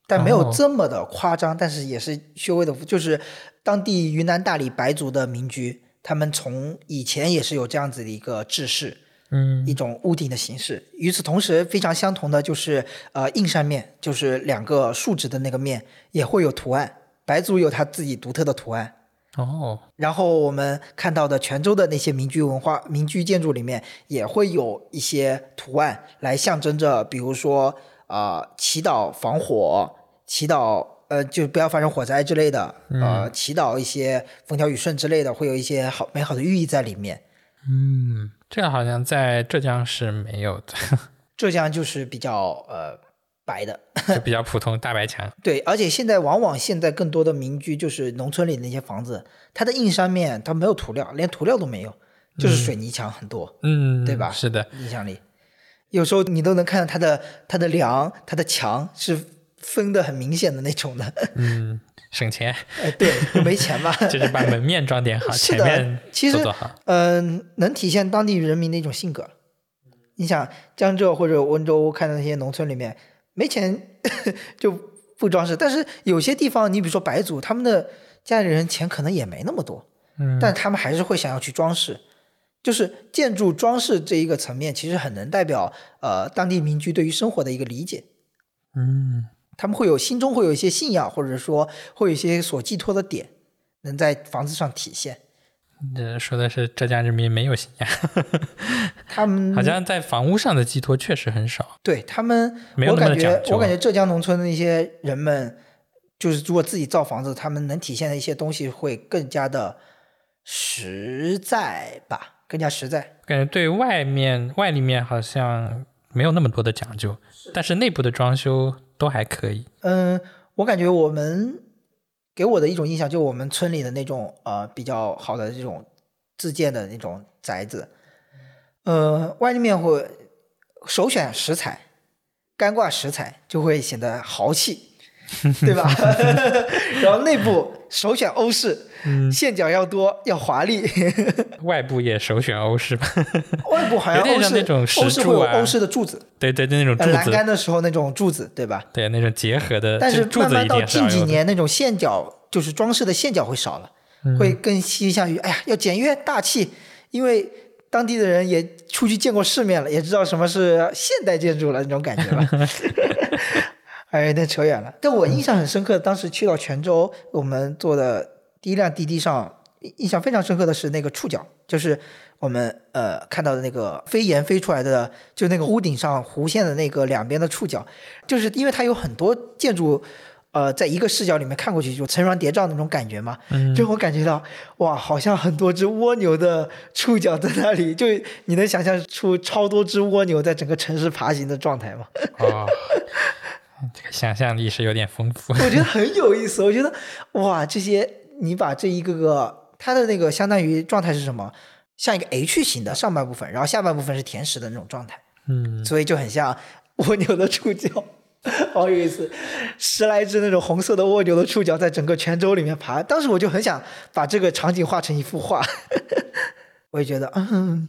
Speaker 1: 但没有
Speaker 2: 哦
Speaker 1: 这么的夸张，但是也是稍微的，就是当地云南大理白族的民居，他们从以前也是有这样子的一个制式，
Speaker 2: 嗯
Speaker 1: 一种屋顶的形式。与此同时，非常相同的就是呃映山面，就是两个竖直的那个面也会有图案，白族有它自己独特的图案。
Speaker 2: 哦，
Speaker 1: 然后我们看到的泉州的那些民居文化、民居建筑里面，也会有一些图案来象征着，比如说啊、呃祈祷防火，祈祷呃，就不要发生火灾之类的，呃，祈祷一些风调雨顺之类的，会有一些好美好的寓意在里面。
Speaker 2: 嗯，这个好像在浙江是没有的，
Speaker 1: 浙江就是比较呃白的，
Speaker 2: 就比较普通大白墙。
Speaker 1: 对，而且现在往往现在更多的民居就是农村里那些房子，它的硬山面它没有涂料，连涂料都没有，就是水泥墙很多。
Speaker 2: 嗯，
Speaker 1: 对吧
Speaker 2: 是的，
Speaker 1: 印象里，有时候你都能看到它的它的梁、它的墙是分的很明显的那种的。
Speaker 2: 嗯，省钱
Speaker 1: 哎，对，又没钱吧？
Speaker 2: 就是把门面装点好，
Speaker 1: 是
Speaker 2: 前
Speaker 1: 的
Speaker 2: 面，
Speaker 1: 其实
Speaker 2: 做做好。
Speaker 1: 嗯、能体现当地人民的一种性格。你想江浙或者温州看到那些农村里面没钱 就不装饰，但是有些地方，你比如说白族，他们的家里人钱可能也没那么多，
Speaker 2: 嗯，
Speaker 1: 但他们还是会想要去装饰。就是建筑装饰这一个层面，其实很能代表呃当地民居对于生活的一个理解。
Speaker 2: 嗯
Speaker 1: 他们会有心中会有一些信仰，或者说会有一些所寄托的点，能在房子上体现。
Speaker 2: 这说的是浙江人民没有信仰，
Speaker 1: 他们
Speaker 2: 好像在房屋上的寄托确实很少。
Speaker 1: 对他们，
Speaker 2: 没有
Speaker 1: 我
Speaker 2: 那么
Speaker 1: 感觉
Speaker 2: 讲究啊
Speaker 1: 我感觉浙江农村的一些人们，就是如果自己造房子，他们能体现的一些东西会更加的实在吧，更加实在。
Speaker 2: 感觉对外面外立面好像没有那么多的讲究，但是内部的装修都还可以。
Speaker 1: 嗯，我感觉我们给我的一种印象，就我们村里的那种呃比较好的这种自建的那种宅子，呃，外面会首选石材，干挂石材就会显得豪气，对吧？ 然后内部首选欧式，
Speaker 2: 嗯
Speaker 1: 线脚要多，要华 丽。
Speaker 2: 外部也首选欧式吧？
Speaker 1: 外部好像
Speaker 2: 有点
Speaker 1: 欧
Speaker 2: 像
Speaker 1: 式
Speaker 2: 那种
Speaker 1: 欧
Speaker 2: 石
Speaker 1: 式会有
Speaker 2: 柱啊
Speaker 1: 欧式的柱子，
Speaker 2: 对对对，那种
Speaker 1: 呃
Speaker 2: 柱
Speaker 1: 栏
Speaker 2: 子，
Speaker 1: 杆的时候那种柱子，对吧？
Speaker 2: 对那种结合的，
Speaker 1: 但是
Speaker 2: 就柱
Speaker 1: 慢
Speaker 2: 子
Speaker 1: 慢
Speaker 2: 一定
Speaker 1: 到
Speaker 2: 是
Speaker 1: 近
Speaker 2: 要
Speaker 1: 几
Speaker 2: 有的。嗯
Speaker 1: 年，那种线脚就是装饰的线脚会少了，会更倾向于哎呀要简约大气，因为当地的人也出去见过世面了，也知道什么是现代建筑了那种感觉吧。哎，有点扯远了。但我印象很深刻，当时去到泉州，我们坐的第一辆滴滴上印印象非常深刻的是那个触角，就是我们呃看到的那个飞檐飞出来的，就那个屋顶上弧线的那个两边的触角，就是因为它有很多建筑。呃，在一个视角里面看过去，就层峦叠嶂那种感觉嘛， 就我感觉到，哇，好像很多只蜗牛的触角在那里，就你能想象出超多只蜗牛在整个城市爬行的状态吗？
Speaker 2: 哦， 这个想象力是有点丰富。
Speaker 1: 我觉得很有意思。我觉得哇，这些你把这一个个它的那个相当于状态是什么？像一个 H 型的上半部分，然后下半部分是甜食的那种状态，
Speaker 2: 嗯，
Speaker 1: 所以就很像蜗牛的触角， 好有意思。十来只那种红色的蜗牛的触角在整个泉州里面爬，当时我就很想把这个场景画成一幅画。 我也觉得，嗯，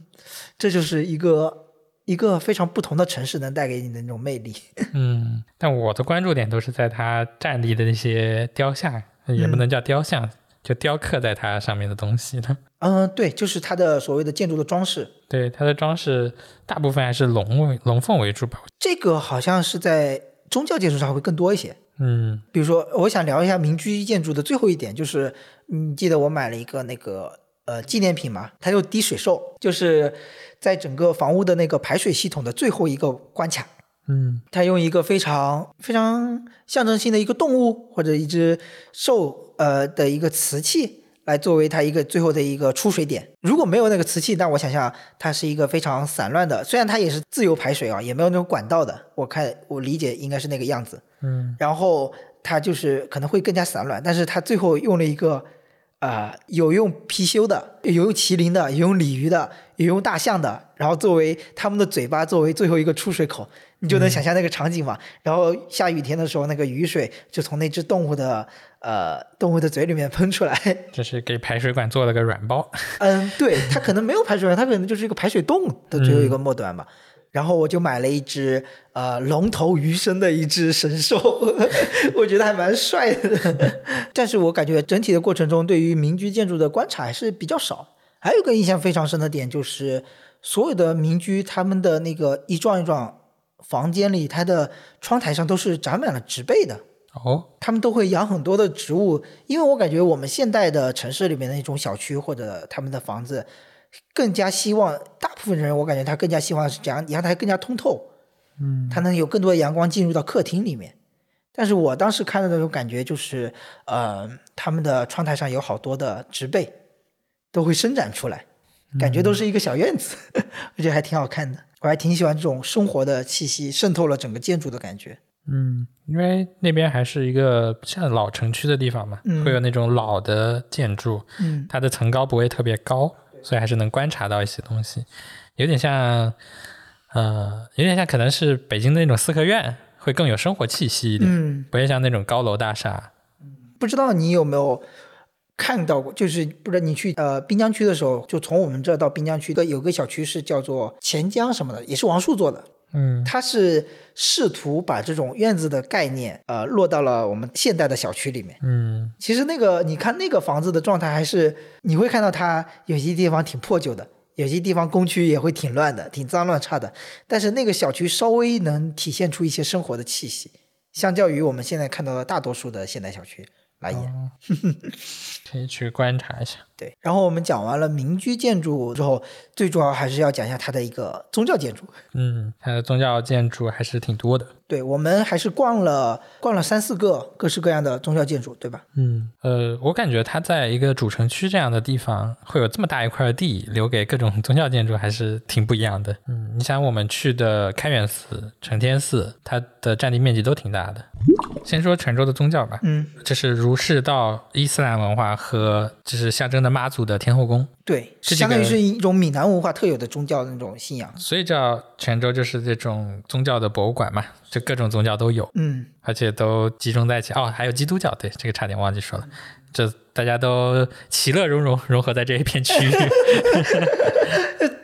Speaker 1: 这就是一个一个非常不同的城市能带给你的那种魅力。
Speaker 2: 嗯，但我的关注点都是在他站立的那些雕像，也不能叫雕像，就雕刻在它上面的东西呢。
Speaker 1: 嗯，对，就是它的所谓的建筑的装饰，
Speaker 2: 对，它的装饰大部分还是龙为龙凤为主吧。
Speaker 1: 这个好像是在宗教建筑上会更多一些。
Speaker 2: 嗯
Speaker 1: 比如说，我想聊一下民居建筑的最后一点，就是你记得我买了一个那个呃纪念品嘛，它就滴水兽，就是在整个房屋的那个排水系统的最后一个关卡，
Speaker 2: 嗯
Speaker 1: 它用一个非常非常象征性的一个动物或者一只兽呃的一个瓷器来作为它一个最后的一个出水点。如果没有那个瓷器，那我想象它是一个非常散乱的，虽然它也是自由排水啊，也没有那种管道的。我看我理解应该是那个样子。
Speaker 2: 嗯，
Speaker 1: 然后它就是可能会更加散乱，但是它最后用了一个啊、呃有用貔貅的，有用麒麟的，有用鲤鱼的，有用大象的，然后作为它们的嘴巴作为最后一个出水口，你就能想象那个场景嘛。然后下雨天的时候，那个雨水就从那只动物的呃动物的嘴里面喷出来。
Speaker 2: 这是给排水管做了个软 包。
Speaker 1: 嗯，对，它可能没有排水管，它可能就是一个排水洞的最后一个末端吧。然后我就买了一只呃龙头鱼身的一只神兽， 我觉得还蛮帅的。 但是我感觉整体的过程中，对于民居建筑的观察还是比较少。还有一个印象非常深的点就是，所有的民居他们的那个一幢一幢房间里，它的窗台上都是长满了植被的。
Speaker 2: 哦，
Speaker 1: 他们都会养很多的植物，因为我感觉我们现代的城市里面的那种小区或者他们的房子，更加希望大部分人，我感觉他更加希望是阳阳台更加通透，
Speaker 2: 嗯，
Speaker 1: 它能有更多的阳光进入到客厅里面。但是我当时看到的那种感觉就是，呃，他们的窗台上有好多的植被，都会伸展出来，感觉都是一个小院子， 我觉得还挺好看的。我还挺喜欢这种生活的气息渗透了整个建筑的感觉。
Speaker 2: 嗯，因为那边还是一个像老城区的地方嘛，
Speaker 1: 嗯
Speaker 2: 会有那种老的建筑，
Speaker 1: 嗯
Speaker 2: 它的层高不会特别高，所以还是能观察到一些东西，有点像，呃，有点像可能是北京的那种四合院，会更有生活气息一点，
Speaker 1: 嗯，
Speaker 2: 不会像那种高楼大厦。
Speaker 1: 不知道你有没有看到过，就是不知道你去呃滨江区的时候，就从我们这儿到滨江区的有个小区是叫做钱江什么的，也是王树做的。
Speaker 2: 嗯
Speaker 1: 他是试图把这种院子的概念，呃，落到了我们现代的小区里面。
Speaker 2: 嗯
Speaker 1: 其实那个你看那个房子的状态，还是你会看到它有些地方挺破旧的，有些地方工区也会挺乱的，挺脏乱差的。但是那个小区稍微能体现出一些生活的气息，相较于我们现在看到的大多数的现代小区来言。
Speaker 2: 可以去观察一下。
Speaker 1: 对，然后我们讲完了民居建筑之后，最主要还是要讲一下它的一个宗教建筑。
Speaker 2: 嗯，它的宗教建筑还是挺多的。
Speaker 1: 对我们还是逛了逛了三四个各式各样的宗教建筑，对吧？
Speaker 2: 嗯，呃，我感觉它在一个主城区这样的地方，会有这么大一块地留给各种宗教建筑，还是挺不一样的。嗯，你想我们去的开元寺、承天寺，它的占地面积都挺大的。先说泉州的宗教吧，
Speaker 1: 嗯，
Speaker 2: 这是儒释道、伊斯兰文化和就是象征的妈祖的天后宫，
Speaker 1: 对，
Speaker 2: 这几个
Speaker 1: 相当于是一种闽南文化特有的宗教的那种信仰。
Speaker 2: 所以叫泉州就是这种宗教的博物馆嘛，就各种宗教都有。
Speaker 1: 嗯，
Speaker 2: 而且都集中在一起。哦，还有基督教，对，这个差点忘记说了，
Speaker 1: 嗯
Speaker 2: 这大家都其乐融融，融合在这一片区 域。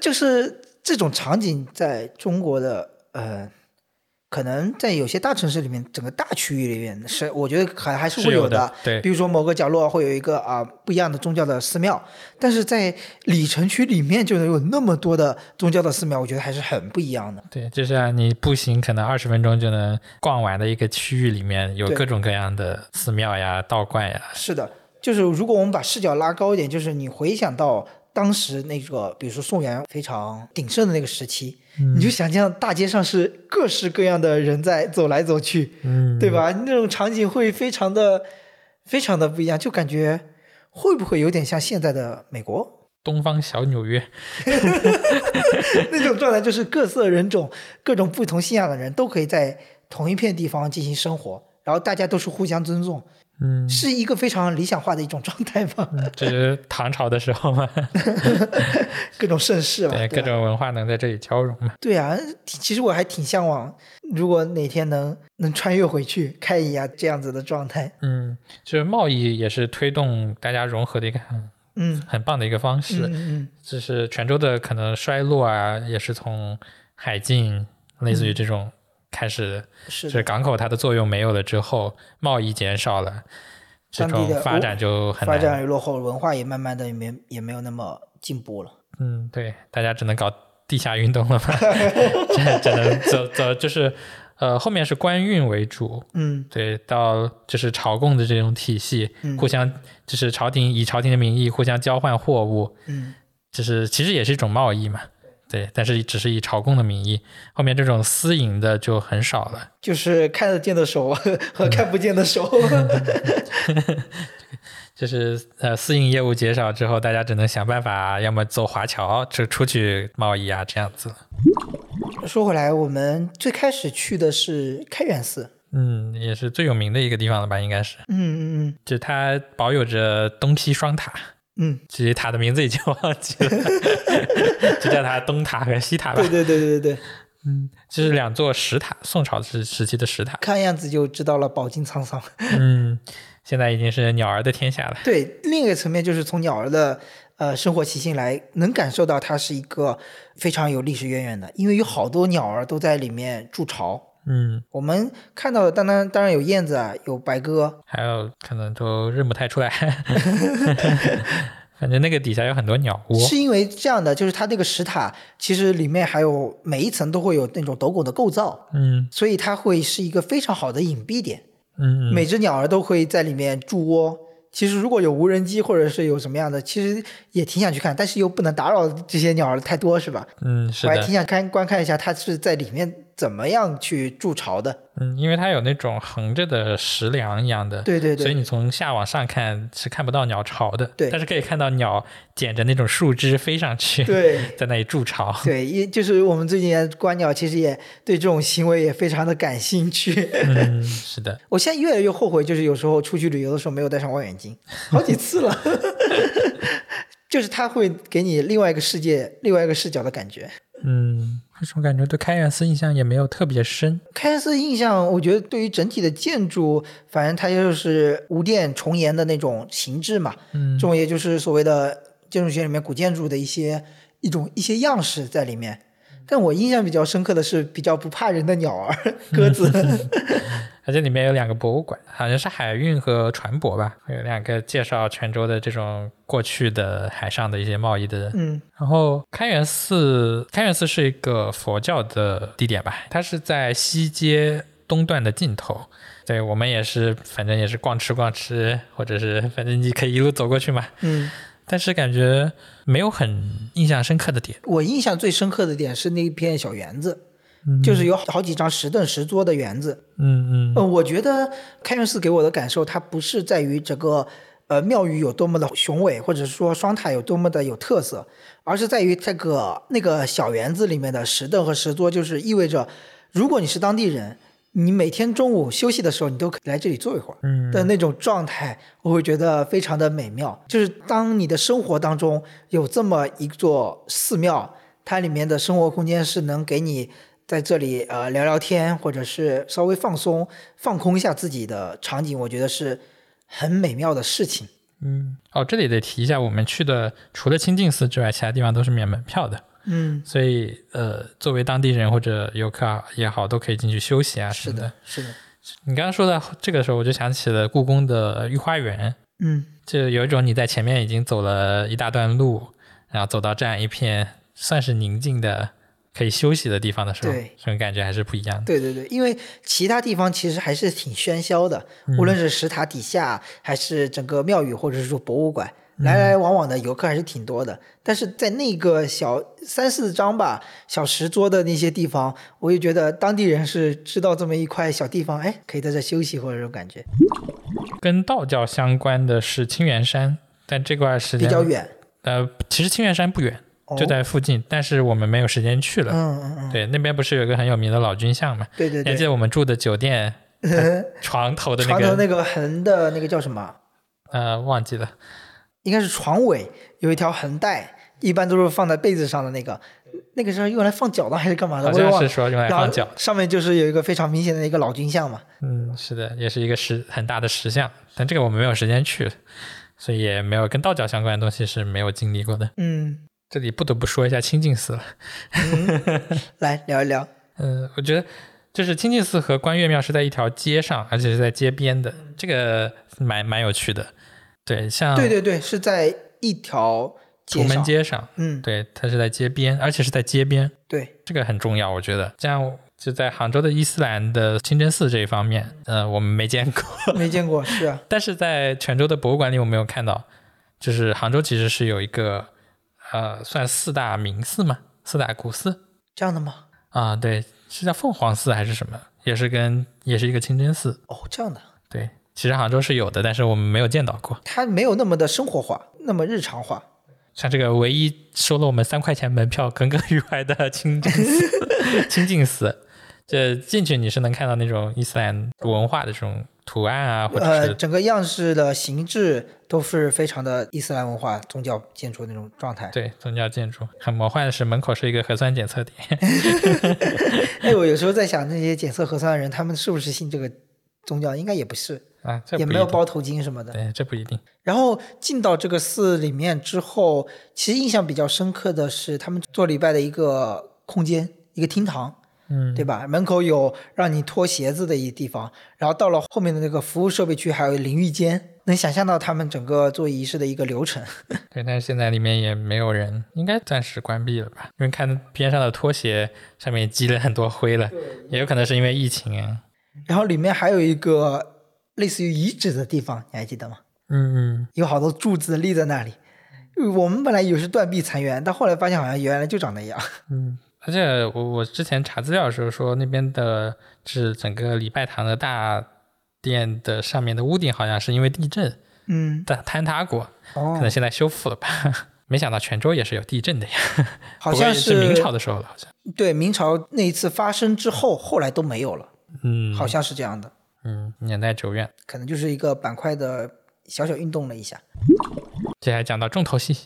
Speaker 1: 就是这种场景在中国的呃，可能在有些大城市里面，整个大区域里面是我觉得还还是
Speaker 2: 是
Speaker 1: 会
Speaker 2: 有
Speaker 1: 有
Speaker 2: 的对
Speaker 1: 比如说某个角落会有一个啊、不一样的宗教的寺庙，但是在里城区里面就能有那么多的宗教的寺庙，我觉得还是很不一样的。
Speaker 2: 对，就像你步行可能二十分钟就能逛完的一个区域里面，有
Speaker 1: 对
Speaker 2: 各种各样的寺庙呀、道观呀。
Speaker 1: 是的，就是如果我们把视角拉高一点，就是你回想到当时那个，比如说宋元非常鼎盛的那个时期，
Speaker 2: 嗯
Speaker 1: 你就想象大街上是各式各样的人在走来走去，
Speaker 2: 嗯，
Speaker 1: 对吧？那种场景会非常的、非常的不一样，就感觉会不会有点像现在的美国
Speaker 2: 东方小纽约，
Speaker 1: 那种状态？就是各色人种、各种不同信仰的人都可以在同一片地方进行生活，然后大家都是互相尊重，
Speaker 2: 嗯，
Speaker 1: 是一个非常理想化的一种状态吧？
Speaker 2: 这是唐朝的时候嘛，
Speaker 1: 各种盛世吧，
Speaker 2: 对，
Speaker 1: 对吧
Speaker 2: 各种文化能在这里交融嘛，
Speaker 1: 对啊，挺其实我还挺向往，如果哪天能能穿越回去看一下这样子的状态，
Speaker 2: 嗯，就是贸易也是推动大家融合的一个很
Speaker 1: 嗯，
Speaker 2: 很棒的一个方式，
Speaker 1: 嗯嗯
Speaker 2: 就是泉州的可能衰落啊，也是从海禁类似于这种开始，
Speaker 1: 嗯，是
Speaker 2: 就
Speaker 1: 的
Speaker 2: 是港口它的作用没有了之后，贸易减少了，这
Speaker 1: 当地的
Speaker 2: 种发展就很
Speaker 1: 发
Speaker 2: 难。
Speaker 1: 展也落后，文化也慢慢的也没也没有那么进步了。
Speaker 2: 嗯，对，大家只能搞地下运动了嘛， 只只能走走，就是呃，后面是官运为主，
Speaker 1: 嗯
Speaker 2: 对，到就是朝贡的这种体系，
Speaker 1: 嗯
Speaker 2: 互相就是朝廷以朝廷的名义互相交换货物，
Speaker 1: 嗯，
Speaker 2: 就是其实也是一种贸易嘛，对，但是只是以朝贡的名义，后面这种私营的就很少了。
Speaker 1: 就是看得见的手和看不见的 手。
Speaker 2: 就是呃，私营业务减少之后，大家只能想办法，要么走华侨，就出去贸易啊，这样子。
Speaker 1: 说回来，我们最开始去的是开元寺。
Speaker 2: 嗯，也是最有名的一个地方了吧，应该是，
Speaker 1: 嗯嗯
Speaker 2: 就它保有着东西双塔，
Speaker 1: 嗯嗯，
Speaker 2: 其实塔的名字已经忘记了， 就叫它东塔和西塔吧
Speaker 1: 对。对对对对对，
Speaker 2: 嗯，这是两座石塔，宋朝时时期的石塔。
Speaker 1: 看样子就知道了饱经沧桑。
Speaker 2: 嗯，现在已经是鸟儿的天下了。
Speaker 1: 对，另一个层面就是从鸟儿的呃生活习性来，能感受到它是一个非常有历史渊源的，因为有好多鸟儿都在里面筑巢。
Speaker 2: 嗯，
Speaker 1: 我们看到的当然当然有燕子啊，有白鸽，
Speaker 2: 还有可能都认不 太出来，反正那个底下有很多鸟窝。
Speaker 1: 是因为这样的，就是它那个石塔其实里面还有每一层都会有那种斗拱的构造，
Speaker 2: 嗯
Speaker 1: 所以它会是一个非常好的隐蔽点。
Speaker 2: 嗯，嗯
Speaker 1: 每只鸟儿都会在里面筑窝。其实如果有无人机或者是有什么样的，其实也挺想去看，但是又不能打扰这些鸟儿太多，是吧？
Speaker 2: 嗯是
Speaker 1: 我还
Speaker 2: 的
Speaker 1: 挺，想看观看一下它是在里面怎么样去筑巢的。
Speaker 2: 嗯，因为它有那种横着的石梁一样的，
Speaker 1: 对对
Speaker 2: 呃所以
Speaker 1: 对，
Speaker 2: 你从下往上看是看不到鸟巢的，
Speaker 1: 对
Speaker 2: 但是可以看到鸟捡着那种树枝飞上去，
Speaker 1: 对
Speaker 2: 在那里筑 巢。
Speaker 1: 对，也就是我们最近观鸟，其实也对这种行为也非常的感兴趣。
Speaker 2: 嗯，是的，
Speaker 1: 我现在越来越后悔，就是有时候出去旅游的时候没有带上望远镜，好几次了。 就是它会给你另外一个世界、另外一个视角的感觉。
Speaker 2: 嗯，为什么感觉对开元寺印象也没有特别深？
Speaker 1: 开元寺印象，我觉得对于整体的建筑，反正它就是无殿重檐的那种形制嘛，
Speaker 2: 嗯
Speaker 1: 这种也就是所谓的建筑学里面古建筑的一些一种一些样式在里面。但我印象比较深刻的是比较不怕人的鸟儿、 鸽子，
Speaker 2: 而且里面有两个博物馆，好像是海运和船舶吧，有两个介绍泉州的这种过去的海上的一些贸易的。
Speaker 1: 嗯
Speaker 2: 然后开元寺，开元寺是一个佛教的地点吧，它是在西街东段的尽头。对我们也是，反正也是逛吃逛吃，或者是反正你可以一路走过去嘛。
Speaker 1: 嗯。
Speaker 2: 但是感觉没有很印象深刻的点。
Speaker 1: 我印象最深刻的点是那一片小园子，就是有好几张石凳石桌的园子，
Speaker 2: 嗯嗯
Speaker 1: 呃，我觉得开元寺给我的感受，它不是在于整个呃庙宇有多么的雄伟，或者说双塔有多么的有特色，而是在于这个那个小园子里面的石凳和石桌，就是意味着，如果你是当地人，你每天中午休息的时候，你都可以来这里坐一会儿。
Speaker 2: 嗯
Speaker 1: 的那种状态，我会觉得非常的美妙。就是当你的生活当中有这么一座寺庙，它里面的生活空间是能给你在这里呃聊聊天，或者是稍微放松、放空一下自己的场景，我觉得是很美妙的事情。
Speaker 2: 嗯。哦，这里得提一下，我们去的除了清净寺之外，其他地方都是免门票的。
Speaker 1: 嗯，
Speaker 2: 所以呃，作为当地人或者游客啊也好，都可以进去休息啊
Speaker 1: 是
Speaker 2: 什么
Speaker 1: 的
Speaker 2: 的。，
Speaker 1: 是的，
Speaker 2: 你刚刚说到这个时候，我就想起了故宫的御花园，
Speaker 1: 嗯，
Speaker 2: 就有一种你在前面已经走了一大段路，然后走到这样一片算是宁静的可以休息的地方的时候，
Speaker 1: 对
Speaker 2: 这种感觉还是不一样的。
Speaker 1: 对对对，因为其他地方其实还是挺喧嚣的，无
Speaker 2: 嗯
Speaker 1: 论是石塔底下，还是整个庙宇，或者是说博物馆，
Speaker 2: 嗯
Speaker 1: 来来往往的游客还是挺多的。但是在那个小三四张吧、小石桌的那些地方，我就觉得当地人是知道这么一块小地方，哎，可以在这休息或者这种感觉，
Speaker 2: 跟道教相关的是清源山，但这块时
Speaker 1: 比
Speaker 2: 间
Speaker 1: 较远。
Speaker 2: 呃，其实清源山不远，
Speaker 1: 哦
Speaker 2: 就在附近，但是我们没有时间去了。
Speaker 1: 嗯嗯嗯，
Speaker 2: 对，那边不是有一个很有名的老君像嘛？
Speaker 1: 对对
Speaker 2: 你还记
Speaker 1: 对，
Speaker 2: 得我们住的酒 店它床头的哎那
Speaker 1: 床头
Speaker 2: 个
Speaker 1: 那个横的那个叫什么？
Speaker 2: 呃，忘记了，
Speaker 1: 应该是床尾有一条横带，一般都是放在被子上的那个，那个是用来放脚的还是干嘛的？
Speaker 2: 好
Speaker 1: 我也
Speaker 2: 像
Speaker 1: 忘了。
Speaker 2: 是说用来
Speaker 1: 然
Speaker 2: 放
Speaker 1: 后
Speaker 2: 脚。
Speaker 1: 上面就是有一个非常明显的一个老君像嘛。
Speaker 2: 嗯，是的，也是一个石很大的石像，但这个我们没有时间去，所以也没有跟道教相关的东西是没有经历过的。
Speaker 1: 嗯，
Speaker 2: 这里不得不说一下清净寺了。
Speaker 1: 来聊一聊。
Speaker 2: 嗯，我觉得就是清净寺和关岳庙是在一条街上，而且是在街边的，这个蛮蛮有趣的。对，像
Speaker 1: 对对对，是在一条
Speaker 2: 图
Speaker 1: 街
Speaker 2: 嗯门
Speaker 1: 上。
Speaker 2: 街上，
Speaker 1: 嗯，
Speaker 2: 对，它是在街边，而且是在街边，
Speaker 1: 对，
Speaker 2: 这个很重要，我觉得。这样就在杭州的伊斯兰的清真寺这一方面，呃，我们没见过，
Speaker 1: 没见过，是啊，
Speaker 2: 但是在泉州的博物馆里，我没有看到。就是杭州其实是有一个，呃，算四大名寺嘛，四大古寺，
Speaker 1: 这样的吗？
Speaker 2: 啊，对，是叫凤凰寺还是什么？也是跟也是一个清真寺。
Speaker 1: 哦，这样的，
Speaker 2: 对，其实杭州是有的，但是我们没有见到过。
Speaker 1: 它没有那么的生活化，那么日常化。
Speaker 2: 像这个唯一收了我们三块钱门票耿耿于怀的清真寺， 清净寺，这进去你是能看到那种伊斯兰文化的这种图案啊，或者
Speaker 1: 呃，
Speaker 2: 是
Speaker 1: 整个样式的形制都是非常的伊斯兰文化宗教建筑那种状态。
Speaker 2: 对宗教建筑。很魔幻的是，门口是一个核酸检测点。
Speaker 1: 哎，我有时候在想，那些检测核酸的人，他们是不是信这个宗教？应该也不是，
Speaker 2: 啊，这
Speaker 1: 也
Speaker 2: 不
Speaker 1: 没
Speaker 2: 一
Speaker 1: 有
Speaker 2: 定。
Speaker 1: 包头巾什么的。
Speaker 2: 对，这不一定。
Speaker 1: 然后进到这个寺里面之后，其实印象比较深刻的是他们做礼拜的一个空间，一个厅堂，
Speaker 2: 嗯，
Speaker 1: 对吧？门口有让你脱鞋子的一地方，然后到了后面的那个服务设备区，还有淋浴间，能想象到他们整个做仪式的一个流程。
Speaker 2: 对，但是现在里面也没有人，应该暂时关闭了吧？因为看边上的拖鞋上面积了很多灰了，也有可能是因为疫情啊。
Speaker 1: 然后里面还有一个类似于遗址的地方，你还记得吗？
Speaker 2: 嗯，嗯
Speaker 1: 有好多柱子立在那里。呃我们本来以为是断壁残垣，但后来发现好像原来就长那样。
Speaker 2: 嗯，而且我我之前查资料的时候说，那边的是整个礼拜堂的大殿的上面的屋顶好像是因为地震
Speaker 1: 嗯，
Speaker 2: 的坍塌过，可
Speaker 1: 哦
Speaker 2: 能，现在修复了吧。 没想到泉州也是有地震的呀，
Speaker 1: 好
Speaker 2: 不过
Speaker 1: 像
Speaker 2: 也是明朝的时候了，好像。
Speaker 1: 对，明朝那一次发生之后，后来都没有了，
Speaker 2: 嗯，
Speaker 1: 好像是这样的，
Speaker 2: 嗯，年代久远。
Speaker 1: 可能就是一个板块的小小运动了一下。
Speaker 2: 这还讲到重头戏，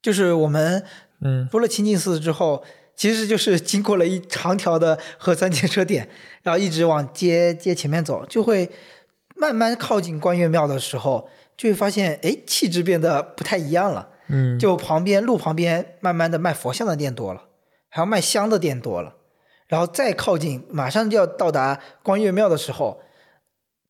Speaker 1: 就是我们
Speaker 2: 嗯，
Speaker 1: 出了清净寺之后，其实就是经过了一长条的核酸检测点，然后一直往街街前面走，就会慢慢靠近关岳庙的时候，就会发现，哎，气质变得不太一样了。
Speaker 2: 嗯，
Speaker 1: 就旁边路旁边慢慢的卖佛像的店多了，还有卖香的店多了，然后再靠近，马上就要到达关岳庙的时候，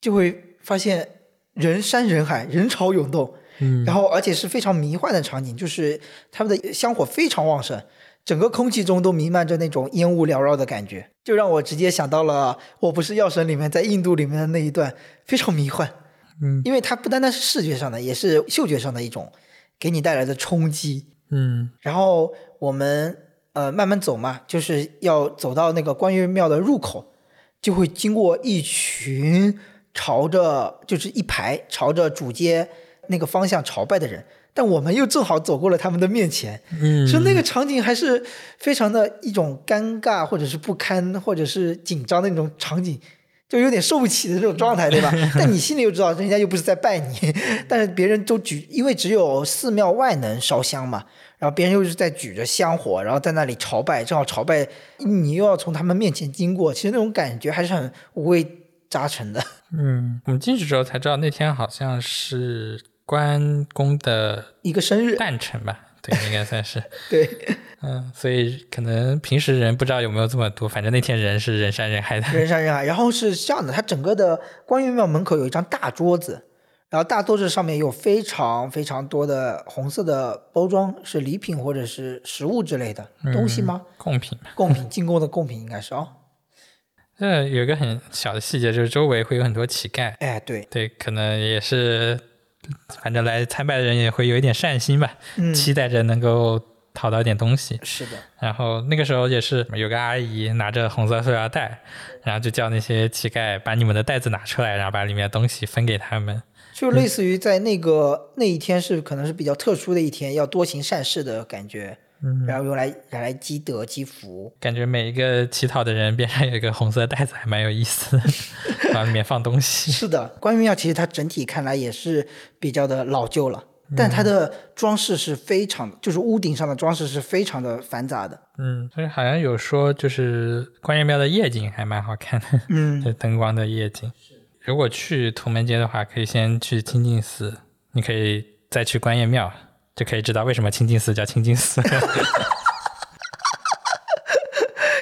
Speaker 1: 就会发现人山人海，人潮涌动，
Speaker 2: 嗯
Speaker 1: 然后而且是非常迷幻的场景，就是他们的香火非常旺盛，整个空气中都弥漫着那种烟雾缭绕的感觉，就让我直接想到了《我不是药神》里面在印度里面的那一段，非常迷幻。
Speaker 2: 嗯，
Speaker 1: 因为它不单单是视觉上的，也是嗅觉上的一种给你带来的冲击。
Speaker 2: 嗯
Speaker 1: 然后我们呃慢慢走嘛，就是要走到那个关岳庙的入口，就会经过一群朝着就是一排朝着主街那个方向朝拜的人，但我们又正好走过了他们的面前，
Speaker 2: 嗯，
Speaker 1: 就那个场景还是非常的一种尴尬，或者是不堪，或者是紧张的那种场景，就有点受不起的这种状态，对吧？但你心里又知道，人家又不是在拜你， 但是别人都举，因为只有寺庙外能烧香嘛，然后别人又是在举着香火，然后在那里朝拜，正好朝拜，你又要从他们面前经过，其实那种感觉还是很五味杂陈的。
Speaker 2: 嗯，我们进去之后才知道，那天好像是关公的
Speaker 1: 一个生日，
Speaker 2: 诞辰吧？对，应该算是。
Speaker 1: 对，
Speaker 2: 嗯，所以可能平时人不知道有没有这么多，反正那天人是人山人海的。
Speaker 1: 人山人海。然后是这样的，它整个的关岳庙门口有一张大桌子，然后大豆这上面有非常非常多的红色的包装，是礼品或者是食物之类的东西吗？
Speaker 2: 贡品。
Speaker 1: 贡品，进贡的贡品应该是哦。
Speaker 2: 这有一个很小的细节，就是周围会有很多乞丐，
Speaker 1: 哎，对，
Speaker 2: 对，可能也是，反正来参拜的人也会有一点善心吧，
Speaker 1: 嗯，
Speaker 2: 期待着能够讨到一点东西。
Speaker 1: 是的，
Speaker 2: 然后那个时候也是有个阿姨拿着红色塑料袋，然后就叫那些乞丐把你们的袋子拿出来，然后把里面的东西分给他们。
Speaker 1: 就类似于在那个、那一天是可能是比较特殊的一天，要多行善事的感觉，
Speaker 2: 嗯，
Speaker 1: 然后用来来来积德积福。
Speaker 2: 感觉每一个乞讨的人边上有一个红色袋子，还蛮有意思的， 往里面放东西。
Speaker 1: 是的，关岳庙其实它整体看来也是比较的老旧了，但它的装饰是非常，就是屋顶上的装饰是非常的繁杂的。
Speaker 2: 嗯，所以好像有说，就是关岳庙的夜景还蛮好看的。
Speaker 1: 嗯，
Speaker 2: 这灯光的夜景。如果去图门街的话，可以先去清净寺，你可以再去观音庙，就可以知道为什么清净寺叫清净寺。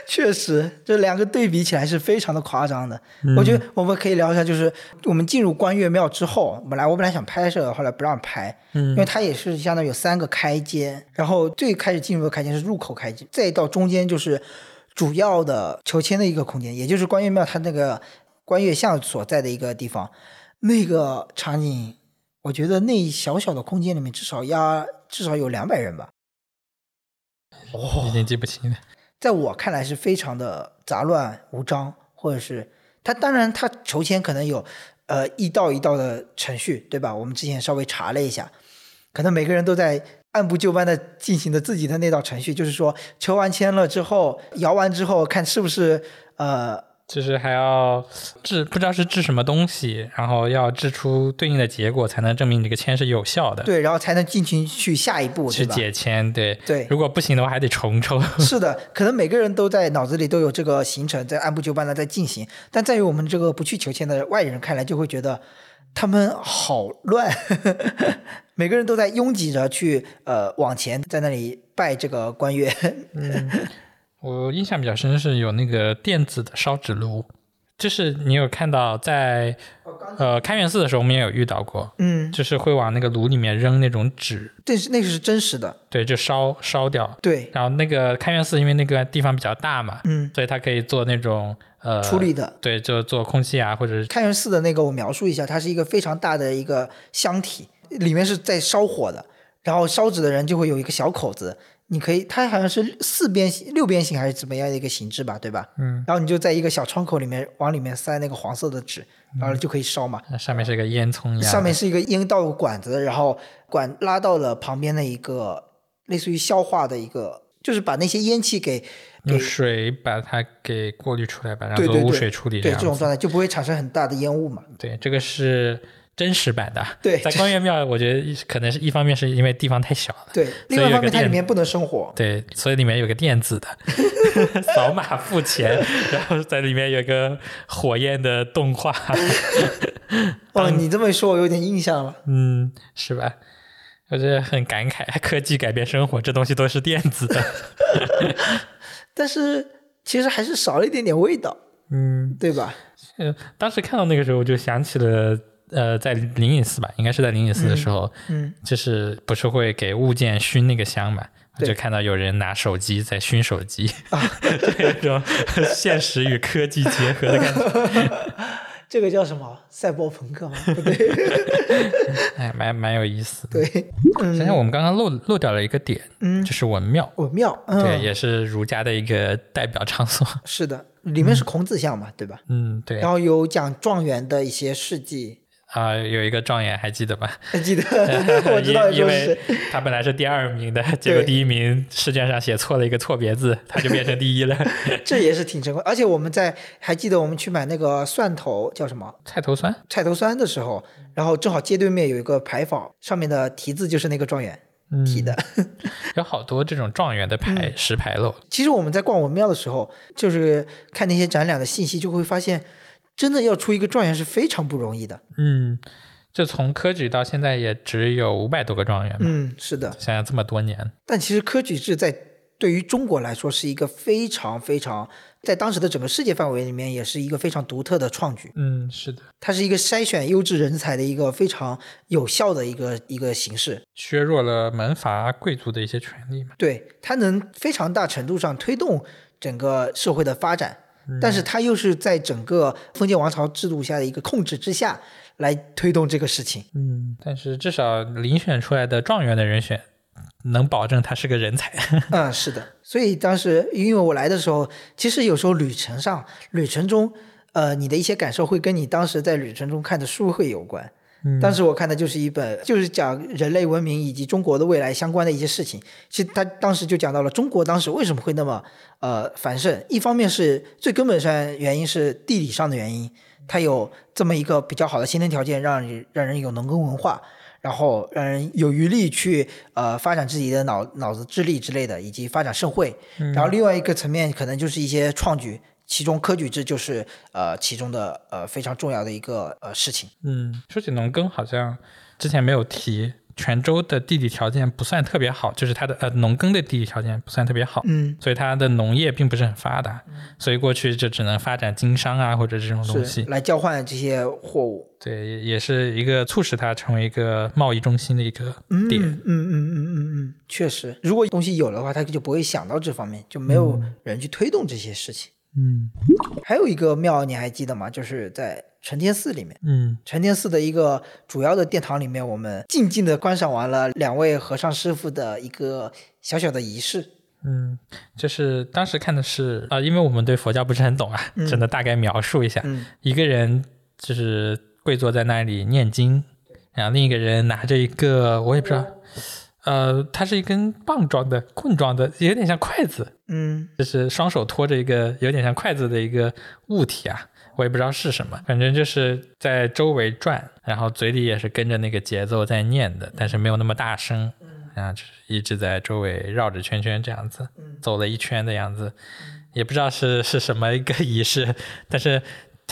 Speaker 1: 确实，这两个对比起来是非常的夸张的。我觉得我们可以聊一下，就是我们进入关岳庙之后，本来我本来想拍摄，后来不让拍，因为它也是相当于有三个开间，然后最开始进入的开间是入口开间，再到中间就是主要的求签的一个空间，也就是关岳庙它那个关岳像所在的一个地方，那个场景，我觉得那小小的空间里面至少压至少有两百人吧。
Speaker 2: 已经记不清了。
Speaker 1: 在我看来是非常的杂乱无章，或者是他当然他筹钱可能有呃一道一道的程序，对吧？我们之前稍微查了一下，可能每个人都在按部就班的进行着自己的那道程序，就是说求完签了之后，摇完之后看是不是呃
Speaker 2: 就是还要制，不知道是制什么东西，然后要制出对应的结果，才能证明你这个签是有效的。
Speaker 1: 对，然后才能进行去下一步，对
Speaker 2: 去
Speaker 1: 吧？
Speaker 2: 解签，对
Speaker 1: 对
Speaker 2: 如果不行的话，还得重抽。
Speaker 1: 是的，可能每个人都在脑子里都有这个行程，在按部就班的在进行，但在于我们这个不去求签的外人看来，就会觉得他们好乱， 每个人都在拥挤着去呃往前，在那里拜这个官月。
Speaker 2: 我印象比较深是有那个电子的烧纸炉，就是你有看到在
Speaker 1: 哦
Speaker 2: 呃开元寺的时候，我们也有遇到过，
Speaker 1: 嗯，
Speaker 2: 就是会往那个炉里面扔那种纸，
Speaker 1: 这是那个是真实的，
Speaker 2: 对，就烧烧掉。
Speaker 1: 对，
Speaker 2: 然后那个开元寺因为那个地方比较大嘛，
Speaker 1: 嗯，
Speaker 2: 所以它可以做那种呃
Speaker 1: 处理的。
Speaker 2: 对，就做空气啊，或者是
Speaker 1: 开元寺的那个我描述一下，它是一个非常大的一个箱体，里面是在烧火的，然后烧纸的人就会有一个小口子，你可以，它好像是四边形、六边形还是怎么样的一个形制吧，对吧？
Speaker 2: 嗯，
Speaker 1: 然后你就在一个小窗口里面往里面塞那个黄色的纸，然后就可以烧嘛。
Speaker 2: 那上面是个烟囱一样的，
Speaker 1: 上面是一个烟道管子，然后管拉到了旁边的一个类似于消化的一个，就是把那些烟气给
Speaker 2: 用水把它给过滤出来吧，然后
Speaker 1: 对
Speaker 2: 做
Speaker 1: 对
Speaker 2: 污
Speaker 1: 对
Speaker 2: 水处理
Speaker 1: 对
Speaker 2: 样
Speaker 1: 这
Speaker 2: 子
Speaker 1: 种状态，就不会产生很大的烟雾嘛。
Speaker 2: 对，这个是真实版的。
Speaker 1: 对
Speaker 2: 在关岳庙，我觉得可能是一方面是因为地方太小了，
Speaker 1: 对，另
Speaker 2: 所以
Speaker 1: 外一
Speaker 2: 有
Speaker 1: 方
Speaker 2: 个
Speaker 1: 面它里
Speaker 2: 电
Speaker 1: 面不能生火，
Speaker 2: 对，所以里面有个电子的， 扫码付 钱，然后在里面有个火焰的动画，
Speaker 1: 哦，你这么一说，我有点印象了。
Speaker 2: 嗯，是吧？我觉得很感慨，科技改变生活，这东西都是电子的，
Speaker 1: 但是其实还是少了一点点味道，
Speaker 2: 嗯，
Speaker 1: 对吧？
Speaker 2: 呃，当时看到那个时候，我就想起了，呃，在灵隐寺吧，应该是在灵隐寺的时候，
Speaker 1: 嗯，
Speaker 2: 就是不是会给物件熏那个香嘛？我
Speaker 1: 对啊
Speaker 2: 就看到有人拿手机在熏手机， 这种现实与科技结合的感觉，
Speaker 1: 这个叫什么？赛博朋克吗？不对，
Speaker 2: 哎，蛮蛮有意思的。
Speaker 1: 对，
Speaker 2: 实际上我们刚刚漏漏掉了一个点，
Speaker 1: 嗯
Speaker 2: 就是文庙，
Speaker 1: 我庙，嗯，
Speaker 2: 对，也是儒家的一个代表场所。
Speaker 1: 是的，里面是孔子像嘛，对吧？
Speaker 2: 嗯，对，
Speaker 1: 然
Speaker 2: 啊、
Speaker 1: 后有讲状元的一些事迹，
Speaker 2: 有一个状元还记得吧？
Speaker 1: 还 记得， 我知道你
Speaker 2: 因因
Speaker 1: 说是
Speaker 2: 为
Speaker 1: 谁。
Speaker 2: 他本来是第二名的，结果
Speaker 1: 对
Speaker 2: 第一名试卷上写错了一个错别字， 他就变成第一 了。
Speaker 1: 这也是挺珍贵。而且我们在还记得我们去买那个蒜头叫什么
Speaker 2: 菜头酸，
Speaker 1: 菜头酸的时候，然后正好街对面有一个牌坊，上面的题字就是那个状元
Speaker 2: 嗯，
Speaker 1: 题的。
Speaker 2: 有好多这种状元的牌、
Speaker 1: 嗯
Speaker 2: 石牌楼，
Speaker 1: 其实我们在逛文庙的时候，就是看那些展览的信息，就会发现，真的要出一个状元是非常不容易的。
Speaker 2: 嗯，就从科举到现在也只有五百多个状元嘛，
Speaker 1: 嗯，是的。
Speaker 2: 想想这么多年，
Speaker 1: 但其实科举制在对于中国来说是一个非常非常在当时的整个世界范围里面，也是一个非常独特的创举。
Speaker 2: 嗯，是的，
Speaker 1: 它是一个筛选优质人才的一个非常有效的一个一个形式。
Speaker 2: 削弱了门阀贵族的一些权利嘛。
Speaker 1: 对，它能非常大程度上推动整个社会的发展，但是它又是在整个封建王朝制度下的一个控制之下来推动这个事情。
Speaker 2: 嗯，但是至少遴选出来的状元的人选，能保证他是个人才。
Speaker 1: 嗯，是的。所以当时因为我来的时候，其实有时候旅程上、旅程中，呃，你的一些感受会跟你当时在旅程中看的书会有关。当时我看的就是一本，就是讲人类文明以及中国的未来相关的一些事情。其实他当时就讲到了中国当时为什么会那么呃繁盛，一方面是最根本上原因是地理上的原因，它有这么一个比较好的先天条件，让人让人有农耕文化，然后让人有余力去呃发展自己的脑脑子智力之类的，以及发展社会。然后另外一个层面可能就是一些创举。其中科举制就是呃其中的呃非常重要的一个呃事情。
Speaker 2: 嗯，说起农耕，好像之前没有提，泉州的地理条件不算特别好，就是它的呃农耕的地理条件不算特别好，
Speaker 1: 嗯，
Speaker 2: 所以它的农业并不是很发达，所以过去就只能发展经商啊或者这种东
Speaker 1: 是
Speaker 2: 西。
Speaker 1: 来交换这些货物。
Speaker 2: 对，也也是一个促使它成为一个贸易中心的一个
Speaker 1: 嗯
Speaker 2: 点。
Speaker 1: 嗯嗯嗯嗯嗯，确实，如果东西有的话，他就不会想到这方面，就没有人去推动这些事情。
Speaker 2: 嗯
Speaker 1: 还有一个庙，你还记得吗？就是在承天寺里面。
Speaker 2: 嗯
Speaker 1: 承天寺的一个主要的殿堂里面，我们静静的观赏完了两位和尚师傅的一个小小的仪式。
Speaker 2: 嗯，就是当时看的是啊、因为我们对佛教不是很懂啊，
Speaker 1: 嗯
Speaker 2: 只能大概描述一下。
Speaker 1: 嗯
Speaker 2: 一个人就是跪坐在那里念经，然后另一个人拿着一个我也不知道，呃，它是一根棒状的、棍状的，有点像筷子，
Speaker 1: 嗯
Speaker 2: 就是双手托着一个有点像筷子的一个物体啊，我也不知道是什么，反正就是在周围转，然后嘴里也是跟着那个节奏在念的，但是没有那么大声，然后就是一直在周围绕着圈圈这样子
Speaker 1: 嗯，
Speaker 2: 走了一圈的样子，也不知道是是什么一个仪式，但是。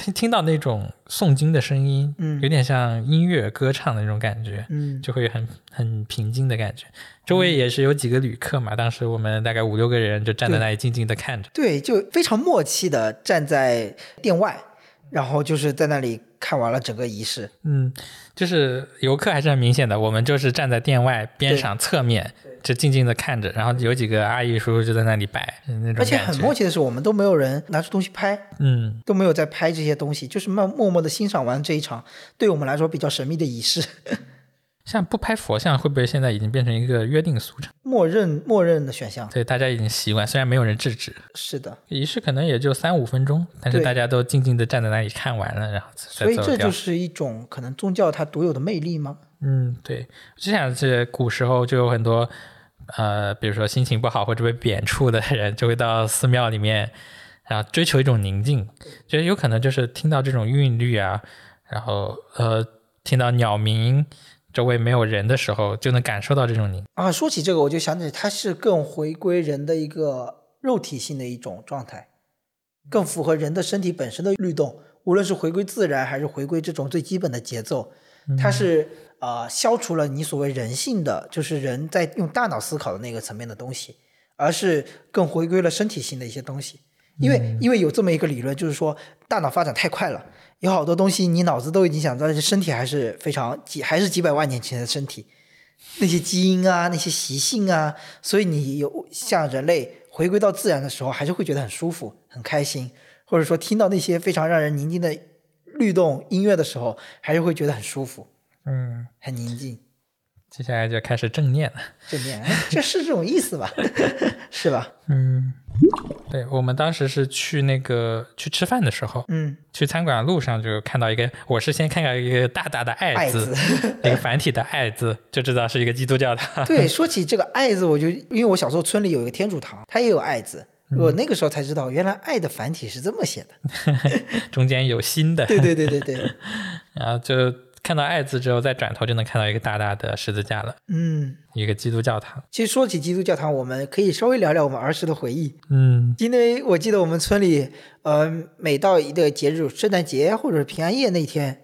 Speaker 2: 听听到那种诵经的声音，
Speaker 1: 嗯
Speaker 2: 有点像音乐歌唱的那种感觉，
Speaker 1: 嗯
Speaker 2: 就会很很平静的感觉。周围也是有几个旅客嘛，当时我们大概五六个人就站在那里静静的看着。
Speaker 1: 对，就非常默契的站在殿外，然后就是在那里看完了整个仪式。
Speaker 2: 嗯，就是游客还是很明显的，我们就是站在店外边上侧面，就静静的看着，然后有几个阿姨叔叔就在那里摆嗯那种
Speaker 1: 而
Speaker 2: 感
Speaker 1: 且
Speaker 2: 觉。
Speaker 1: 很默契的是，我们都没有人拿出东西拍，
Speaker 2: 嗯，
Speaker 1: 都没有在拍这些东西，就是慢默默的欣赏完这一场对我们来说比较神秘的仪式。
Speaker 2: 像不拍佛像会不会现在已经变成一个约定俗成？
Speaker 1: 默认默认的选项
Speaker 2: 对，大家已经习惯，虽然没有人制止。
Speaker 1: 是的，
Speaker 2: 仪式可能也就三五分钟，但是
Speaker 1: 对
Speaker 2: 大家都静静的站在那里看完了，然后再
Speaker 1: 所以
Speaker 2: 走
Speaker 1: 这
Speaker 2: 掉
Speaker 1: 就。是一种可能宗教它独有的魅力吗？
Speaker 2: 嗯，对，就像是古时候就有很多，呃，比如说心情不好或者被贬黜的人，就会到寺庙里面，然后追求一种宁静，觉得有可能就是听到这种韵律啊，然后呃，听到鸟鸣，周围没有人的时候，就能感受到这种宁。
Speaker 1: 啊，说起这个，我就想起它是更回归人的一个肉体性的一种状态，更符合人的身体本身的律动，无论是回归自然，还是回归这种最基本的节奏，它是呃消除了你所谓人性的，就是人在用大脑思考的那个层面的东西，而是更回归了身体性的一些东西。因为因为有这么一个理论，就是说大脑发展太快了，有好多东西你脑子都已经想到，但是身体还是非常几还是几百万年前的身体，那些基因啊，那些习性啊，所以你有像人类回归到自然的时候，还是会觉得很舒服、很开心，或者说听到那些非常让人宁静的律动音乐的时候，还是会觉得很舒服、
Speaker 2: 嗯，
Speaker 1: 很宁静。
Speaker 2: 接下来就开始正念了。
Speaker 1: 正面， 哎这是这种意思吧？ 是吧？
Speaker 2: 嗯，对我们当时是去那个去吃饭的时候，
Speaker 1: 嗯，
Speaker 2: 去餐馆路上就看到一个，我是先看到一个大大的
Speaker 1: 爱字。
Speaker 2: 那个繁体的“爱”字，就知道是一个基督教堂。
Speaker 1: 对，说起这个爱字，我就因为我小时候村里有一个天主堂，它也有爱字，我那个时候才知道，原来爱的繁体是这么 写的。
Speaker 2: 中间有新的，
Speaker 1: 对对对对对，
Speaker 2: 然后就看到“爱”字之后，再转头就能看到一个大大的十字架了，
Speaker 1: 嗯。
Speaker 2: 一个基督教堂。
Speaker 1: 其实说起基督教堂，我们可以稍微聊聊我们儿时的回忆。
Speaker 2: 嗯
Speaker 1: 因为我记得我们村里，呃，每到一个节日，圣诞节或者平安夜那天，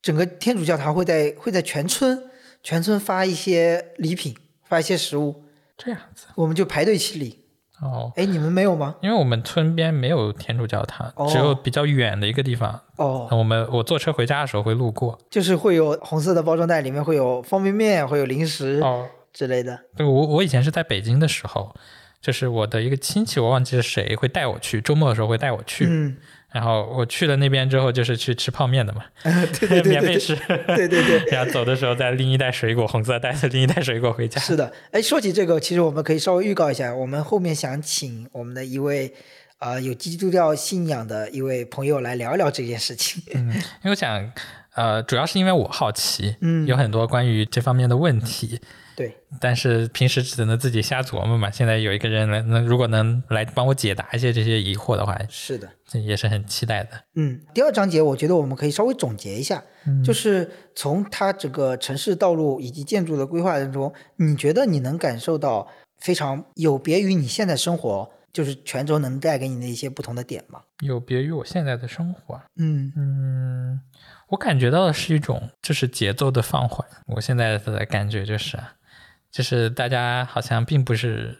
Speaker 1: 整个天主教堂会在会在全村全村发一些礼品，发一些食物，
Speaker 2: 这样子，
Speaker 1: 我们就排队去领。
Speaker 2: 哦，
Speaker 1: 哎，你们没有吗？
Speaker 2: 因为我们村边没有天主教堂，
Speaker 1: 哦
Speaker 2: 只有比较远的一个地方。
Speaker 1: 哦，
Speaker 2: 我们我坐车回家的时候会路过。
Speaker 1: 就是会有红色的包装袋，里面会有方便面，会有零食
Speaker 2: 哦，
Speaker 1: 之类的。
Speaker 2: 对，我我以前是在北京的时候，就是我的一个亲戚，我忘记是谁，会带我去，周末的时候会带我去。
Speaker 1: 嗯，
Speaker 2: 然后我去了那边之后，就是去吃泡面的嘛，
Speaker 1: 对对对
Speaker 2: 免
Speaker 1: 对
Speaker 2: 费吃。
Speaker 1: 对对对，
Speaker 2: 然后走的时候再拎一袋水果，红色袋子拎一袋水果回家。
Speaker 1: 是的。哎，说起这个，其实我们可以稍微预告一下，我们后面想请我们的一位。呃，有基督教信仰的一位朋友来聊一聊这件事情。
Speaker 2: 嗯因为我想，呃，主要是因为我好奇，
Speaker 1: 嗯
Speaker 2: 有很多关于这方面的问题，
Speaker 1: 对，
Speaker 2: 但是平时只能自己瞎琢磨嘛。现在有一个人来，能如果能来帮我解答一些这些疑惑的话，
Speaker 1: 是的。
Speaker 2: 这也是很期待的。
Speaker 1: 嗯，第二章节我觉得我们可以稍微总结一下，
Speaker 2: 嗯
Speaker 1: 就是从它这个城市道路以及建筑的规划当中，你觉得你能感受到非常有别于你现在生活，就是泉州能带给你的一些不同的点吗？
Speaker 2: 有别于我现在的生活，
Speaker 1: 嗯
Speaker 2: 嗯，我感觉到的是一种就是节奏的放缓。我现在的感觉就是，啊就是大家好像并不是，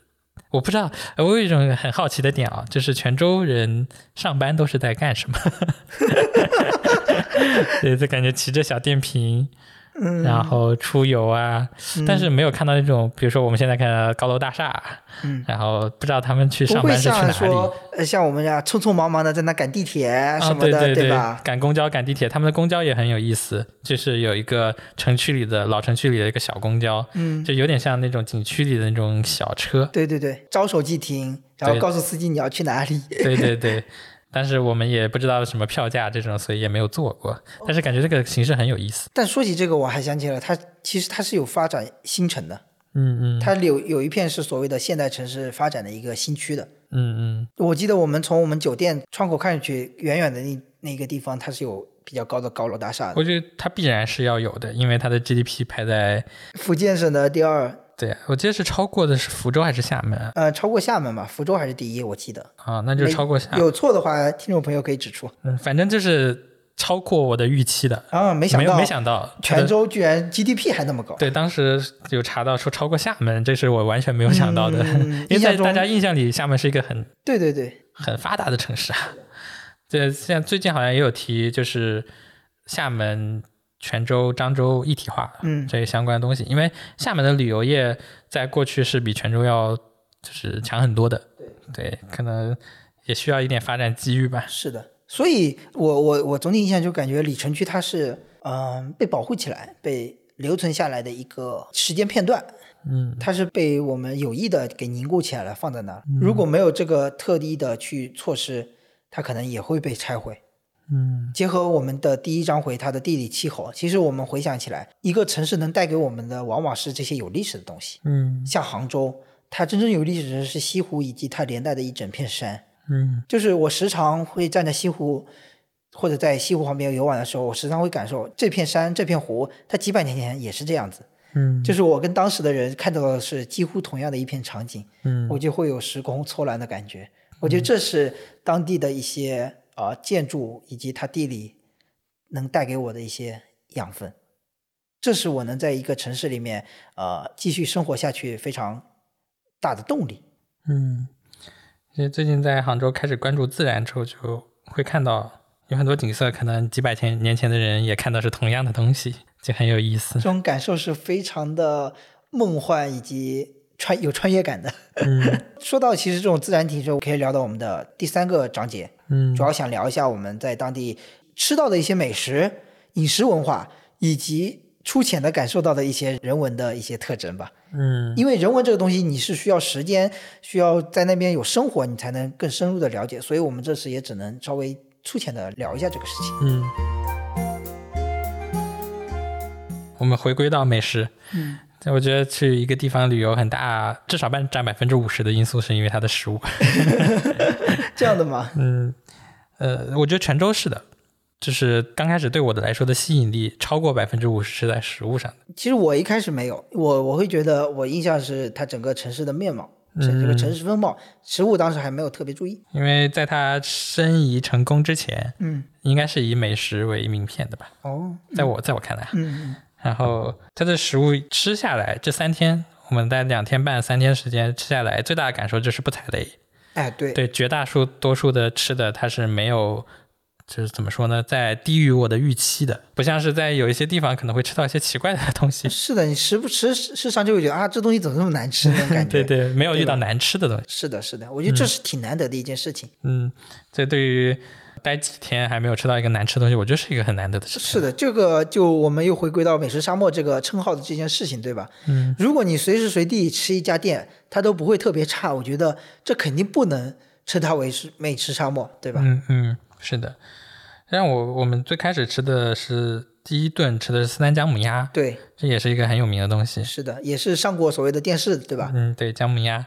Speaker 2: 我不知道，呃我有一种很好奇的点啊，就是泉州人上班都是在干什么？ 对，就感觉骑着小电瓶，
Speaker 1: 嗯
Speaker 2: 然后出游啊，但是没有看到那种，比如说我们现在看到高楼大厦，啊
Speaker 1: 嗯
Speaker 2: 然后不知道他们去
Speaker 1: 不
Speaker 2: 上
Speaker 1: 会
Speaker 2: 班是去
Speaker 1: 像
Speaker 2: 哪里。
Speaker 1: 说呃像我们这样匆匆忙忙的在那赶地铁什么的，
Speaker 2: 啊、对对
Speaker 1: 吧？
Speaker 2: 赶公交、赶地铁，他们的公交也很有意思，就是有一个城区里的老城区里的一个小公交，
Speaker 1: 嗯，
Speaker 2: 就有点像那种景区里的那种小车。
Speaker 1: 对对对，招手即停，然后
Speaker 2: 对
Speaker 1: 告诉司机你要去哪里。
Speaker 2: 对对对，但是我们也不知道什么票价这种，所以也没有坐过。
Speaker 1: 哦
Speaker 2: 但是感觉这个形式很有意思。
Speaker 1: 但说起这个，我还想起了，它其实它是有发展新城的。
Speaker 2: 嗯嗯
Speaker 1: 它有有一片是所谓的现代城市发展的一个新区的。
Speaker 2: 嗯
Speaker 1: 我记得我们从我们酒店窗口看上去，远远的那那个地方，它是有比较高的高楼大厦
Speaker 2: 嗯，
Speaker 1: 的。
Speaker 2: 我觉得它必然是要有的，因为它的 GDP 排在
Speaker 1: 福建省的第二，
Speaker 2: 对啊，我记得是超过的是福州还是厦门
Speaker 1: 呃，超过厦门吧，福州还是第一，我记得。
Speaker 2: 啊？那就
Speaker 1: 没
Speaker 2: 超过厦，
Speaker 1: 有错的话，听众朋友可以指出。
Speaker 2: 嗯，反正就是超过我的预期的。
Speaker 1: 啊，没
Speaker 2: 没
Speaker 1: 想
Speaker 2: 有
Speaker 1: 到
Speaker 2: 没想到它的
Speaker 1: 泉州居然 GDP 还那么高。
Speaker 2: 对，当时有查到说超过厦门，这是我完全没有想到的，
Speaker 1: 嗯
Speaker 2: 因为
Speaker 1: 印象
Speaker 2: 在
Speaker 1: 中
Speaker 2: 大家印象里，厦门是一个很
Speaker 1: 对对对，
Speaker 2: 很发达的城市啊。 对，现在最近好像也有提，就是厦门、泉州、漳州一体化
Speaker 1: 嗯
Speaker 2: 这些相关的东西，因为厦门的旅游业在过去是比泉州要就是强很多的，对，可能也需要一点发展机遇吧。
Speaker 1: 是的。所以我我我总体印象就感觉李城区它是嗯、呃被保护起来、被留存下来的一个时间片段。
Speaker 2: 嗯
Speaker 1: 它是被我们有意的给凝固起来了，放在那儿。如果没有这个特地的去措施，它可能也会被拆毁。
Speaker 2: 嗯
Speaker 1: 结合我们的第一章回它的地理气候，其实我们回想起来，一个城市能带给我们的往往是这些有历史的东西。
Speaker 2: 嗯
Speaker 1: 像杭州，它真正有历史的是西湖以及它连带的一整片山。
Speaker 2: 嗯
Speaker 1: 就是我时常会站在西湖，或者在西湖旁边游玩的时候，我时常会感受这片山、这片湖，它几百年前也是这样子。
Speaker 2: 嗯，
Speaker 1: 就是我跟当时的人看到的是几乎同样的一片场景，
Speaker 2: 嗯
Speaker 1: 我就会有时空错乱的感觉。我觉得这是当地的一些啊、呃建筑以及它地理能带给我的一些养分，这是我能在一个城市里面呃继续生活下去非常大的动力。
Speaker 2: 嗯，其实最近在杭州开始关注自然之后，就会看到有很多景色，可能几百前年前的人也看到是同样的东西，就很有意思
Speaker 1: 这。种感受是非常的梦幻以及穿有穿越感的。
Speaker 2: 嗯
Speaker 1: 说到其实这种自然景色，我可以聊到我们的第三个章节，
Speaker 2: 嗯
Speaker 1: 主要想聊一下我们在当地吃到的一些美食、饮食文化，以及粗浅的感受到的一些人文的一些特征吧。
Speaker 2: 嗯
Speaker 1: 因为人文这个东西，你是需要时间，需要在那边有生活，你才能更深入的了解。所以我们这次也只能稍微粗浅的聊一下这个事 情。
Speaker 2: 嗯。我们回归到美食，
Speaker 1: 嗯，
Speaker 2: 我觉得去一个地方旅游，很大至少半占百分之五十的因素是因为它的食物。
Speaker 1: 这样的吗？
Speaker 2: 嗯， 呃，我觉得泉州是的，就是刚开始对我的来说的吸引力超过百分之五十是在食物上的。
Speaker 1: 其实我一开始没有，我我会觉得我印象是它整个城市的面貌，整这个
Speaker 2: 嗯
Speaker 1: 城市风貌，食物当时还没有特别注意。
Speaker 2: 因为在它申遗成功之前，
Speaker 1: 嗯，
Speaker 2: 应该是以美食为名片的吧，
Speaker 1: 哦，
Speaker 2: 在我在我看来啊，
Speaker 1: 嗯
Speaker 2: 然后它的食物吃下来这三天，我我们在两天半、三天时间吃下来，最大的感受就是不踩雷。
Speaker 1: 哎，对，
Speaker 2: 对，绝大数多数的吃的它是没有，就是怎么说呢，在低于我的预期的，不像是在有一些地方可能会吃到一些奇怪的东西。
Speaker 1: 是的，你时不时时常就会觉得啊，这东西怎么这么难 吃那种感觉。
Speaker 2: 对嗯对，没有遇
Speaker 1: 对
Speaker 2: 到
Speaker 1: 吧
Speaker 2: 难吃的东 西。
Speaker 1: 是的，是的，我觉得这是挺难得的一件事情。
Speaker 2: 嗯，这对于待几天还没有吃到一个难吃的东西，我觉得是一个很难得的事情。
Speaker 1: 是的，这个就我们又回归到美食沙漠这个称号的这件事情，对吧？
Speaker 2: 嗯，
Speaker 1: 如果你随时随地吃一家店，它都不会特别差，我觉得这肯定不能称它为是美食沙漠，对吧？
Speaker 2: 嗯嗯，是的。让我我们最开始吃的是第一顿吃的是斯丹姜母鸭，
Speaker 1: 对，
Speaker 2: 这也是一个很有名的东西。
Speaker 1: 是的，也是上过所谓的电视，对吧？
Speaker 2: 嗯，对，姜母鸭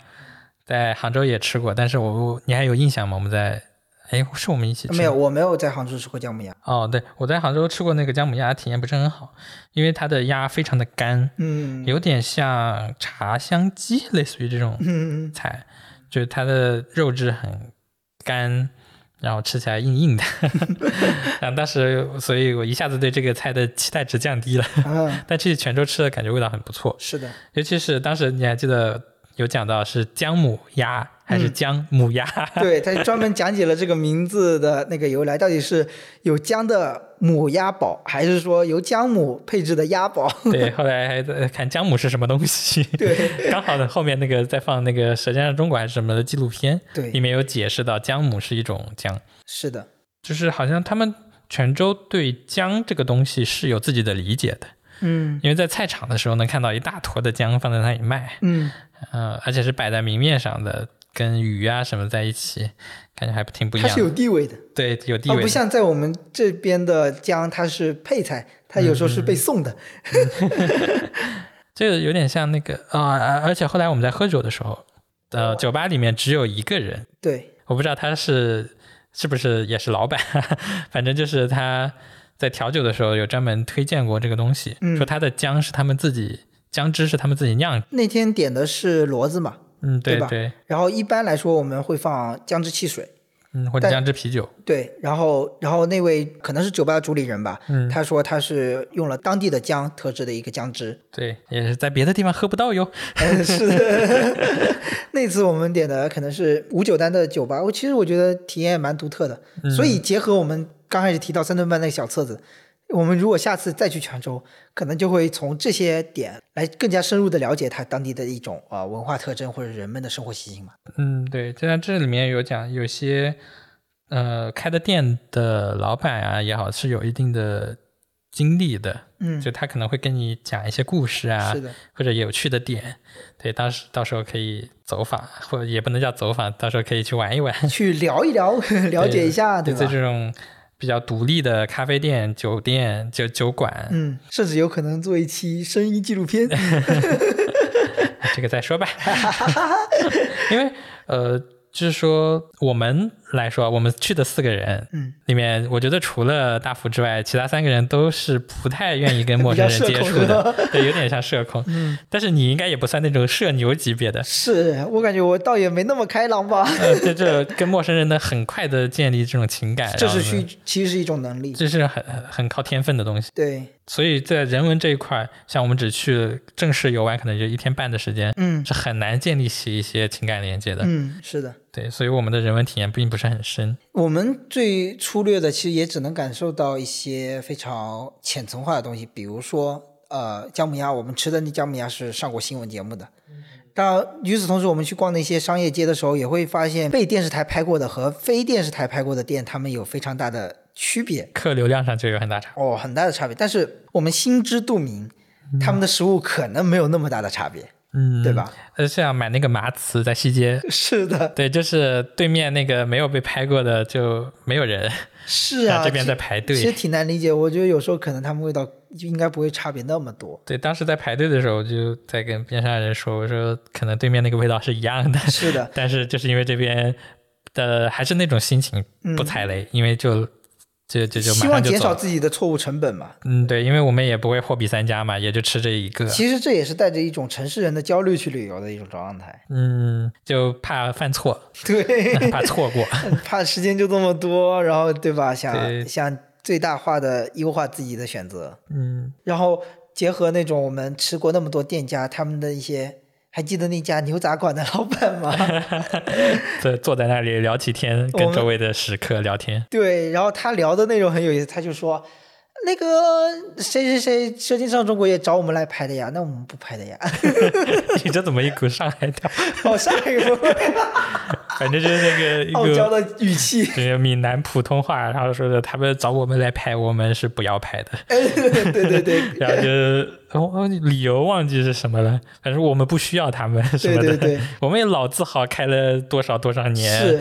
Speaker 2: 在杭州也吃过，但是我我你还有印象吗？我们在哎，是我们一起吃
Speaker 1: 没有，我没有在杭州吃过姜母鸭。
Speaker 2: 哦，对，我在杭州吃过那个姜母鸭，体验不是很好，因为它的鸭非常的干，
Speaker 1: 嗯
Speaker 2: 有点像茶香鸡，类似于这种
Speaker 1: 嗯，
Speaker 2: 菜，就是它的肉质很干，然后吃起来硬硬的。 然后当时，所以我一下子对这个菜的期待值降低了。
Speaker 1: 啊，
Speaker 2: 但去泉州吃的感觉味道很不错，
Speaker 1: 是 的，
Speaker 2: 尤其是当时你还记得有讲到是姜母鸭还是
Speaker 1: 嗯
Speaker 2: 姜母鸭？
Speaker 1: 对，他专门讲解了这个名字的那个由来，到底是有姜的母鸭煲，还是说由姜母配置的鸭煲？
Speaker 2: 对，后来还在看姜母是什么东西。
Speaker 1: 对，
Speaker 2: 刚好呢，后面那个在放那个《舌尖上的中国》还是什么的纪录片，
Speaker 1: 对
Speaker 2: 里面有解释到姜母是一种姜，
Speaker 1: 是的，
Speaker 2: 就是好像他们泉州对姜这个东西是有自己的理解的，
Speaker 1: 嗯
Speaker 2: 因为在菜场的时候能看到一大坨的姜放在那里卖，
Speaker 1: 嗯，
Speaker 2: 呃，而且是摆在明面上的，跟鱼啊什么在一起，感觉还挺不一
Speaker 1: 它
Speaker 2: 样
Speaker 1: 是
Speaker 2: 的。
Speaker 1: 有地位的，
Speaker 2: 对，有地
Speaker 1: 而
Speaker 2: 位
Speaker 1: 不
Speaker 2: 的。
Speaker 1: 像在我们这边的姜，它是配菜，它有时候是被送
Speaker 2: 嗯
Speaker 1: 的。
Speaker 2: 这个有点像那个啊、而而且后来我们在喝酒的时候，呃，酒吧里面只有一个人，
Speaker 1: 对，
Speaker 2: 我不知道他是是不是也是老板， 反正就是他在调酒的时候有专门推荐过这个东西，
Speaker 1: 嗯
Speaker 2: 说他的姜是他们自己姜汁是他们自己酿。
Speaker 1: 那天点的是骡子嘛，
Speaker 2: 嗯，对
Speaker 1: 对吧
Speaker 2: 对，
Speaker 1: 然后一般来说我们会放姜汁汽水。
Speaker 2: 嗯，或者
Speaker 1: 但
Speaker 2: 姜汁啤酒。
Speaker 1: 对，然后，然后那位可能是酒吧的主理人吧，
Speaker 2: 嗯
Speaker 1: 他说他是用了当地的姜特制的一个姜 汁，
Speaker 2: 对，也是在别的地方喝不到哟。
Speaker 1: 嗯，是 的。那次我们点的可能是五九单的酒吧，我其实我觉得体验也蛮独特的。
Speaker 2: 嗯
Speaker 1: 所以结合我们刚开始提到三顿半那个小册子，我们如果下次再去泉州，可能就会从这些点来更加深入的了解它当地的一种啊、呃文化特征或者人们的生活习性嘛。
Speaker 2: 嗯，对，就像这里面有讲，有些呃开的店的老板啊也好，是有一定的经历的，
Speaker 1: 嗯，
Speaker 2: 就他可能会跟你讲一些故事啊，
Speaker 1: 是的，
Speaker 2: 或者有趣的点，对，当时到时候可以走访，或者也不能叫走访，到时候可以去玩一玩，
Speaker 1: 去聊一聊， 了解一下，
Speaker 2: 对
Speaker 1: 对
Speaker 2: 在
Speaker 1: 吧？
Speaker 2: 这种比较独立的咖啡店、酒店、酒酒馆，
Speaker 1: 嗯，甚至有可能做一期声音纪录 片。
Speaker 2: 这个再说吧。 因为呃，就是说我们来说，我们去的四个人
Speaker 1: 嗯，
Speaker 2: 里面，我觉得除了大福之外，其他三个人都是不太愿意跟陌
Speaker 1: 比较
Speaker 2: 生
Speaker 1: 社
Speaker 2: 人接
Speaker 1: 恐
Speaker 2: 触
Speaker 1: 是
Speaker 2: 的
Speaker 1: 吧，
Speaker 2: 对，有点像社恐。嗯， 但是你应该也不算那种社牛级别的，
Speaker 1: 是我感觉我倒也没那么开朗吧，
Speaker 2: 呃，在这跟陌生人的很快的建立这种情感，
Speaker 1: 这
Speaker 2: 然后
Speaker 1: 是
Speaker 2: 呢
Speaker 1: 需，其实是一种能力。
Speaker 2: 这是很很很靠天分的东西。
Speaker 1: 对，
Speaker 2: 所以在人文这一块，像我们只去正式游玩，可能就一天半的时间，
Speaker 1: 嗯
Speaker 2: 是很难建立起一些情感连接的。
Speaker 1: 嗯，是的。
Speaker 2: 对，所以我们的人文体验并不是很深。
Speaker 1: 我们最粗略的，其实也只能感受到一些非常浅层化的东西，比如说，呃，姜母鸭，我们吃的那姜母鸭是上过新闻节目的。当然，与此同时，我们去逛那些商业街的时候，也会发现被电视台拍过的和非电视台拍过的店，它们有非常大的区别
Speaker 2: 客流量上就有很大差
Speaker 1: 哦，很大的差别。但是我们心知肚明，他们的食物可能没有那么大的差别，
Speaker 2: 别，嗯，
Speaker 1: 对？吧？
Speaker 2: 呃，像买那个麻糍在西街，
Speaker 1: 是的，
Speaker 2: 对，就是对面那个没有被拍过的就没有人，
Speaker 1: 是
Speaker 2: 然
Speaker 1: 啊，
Speaker 2: 后这边
Speaker 1: 其
Speaker 2: 在排
Speaker 1: 其实
Speaker 2: 队。
Speaker 1: 挺难理解。我觉得有时候可能他们味道就应该不会差别那么多。
Speaker 2: 对，当时在排队的时候，我就在跟边上的人说，我说可能对面那个味道是一样的，
Speaker 1: 是的，
Speaker 2: 但是就是因为这边的还是那种心情，不踩雷，因为就就就就
Speaker 1: 嗯希
Speaker 2: 马
Speaker 1: 望
Speaker 2: 上就
Speaker 1: 减
Speaker 2: 走
Speaker 1: 少
Speaker 2: 了。
Speaker 1: 自己的错误成本嘛。
Speaker 2: 嗯，对，因为我们也不会货比三家嘛，也就吃这一个。
Speaker 1: 其实这也是带着一种城市人的焦虑去旅游的一种状态。
Speaker 2: 嗯，就怕犯 错，
Speaker 1: 对，
Speaker 2: 怕错过。
Speaker 1: 怕时间就这么多，然后对吧？
Speaker 2: 对
Speaker 1: 想想最大化的优化自己的选择，
Speaker 2: 嗯
Speaker 1: 然后结合那种我们吃过那么多店家他们的一些还记得那家牛杂馆的老板吗？
Speaker 2: 对， 坐在那里聊起天，跟周围的食客聊天。
Speaker 1: 对，然后他聊的内容很有意思，他就说。那个谁谁谁，《舌尖上中国》也找我们来拍的呀，那我们不拍的呀。
Speaker 2: 你这怎么一股上海调？
Speaker 1: 好上海人，
Speaker 2: 反正就是 那个一
Speaker 1: 傲娇
Speaker 2: 个
Speaker 1: 的语气。
Speaker 2: 就是闽南普通话，然后说的他们找我们来拍，我们是不要拍的。
Speaker 1: 哎， 对对对，
Speaker 2: 然后就是哦哦，理由忘记是什么了，反正我们不需要他们什么
Speaker 1: 对
Speaker 2: 的。
Speaker 1: 对对
Speaker 2: 我们也老字号开了多少多少年，
Speaker 1: 是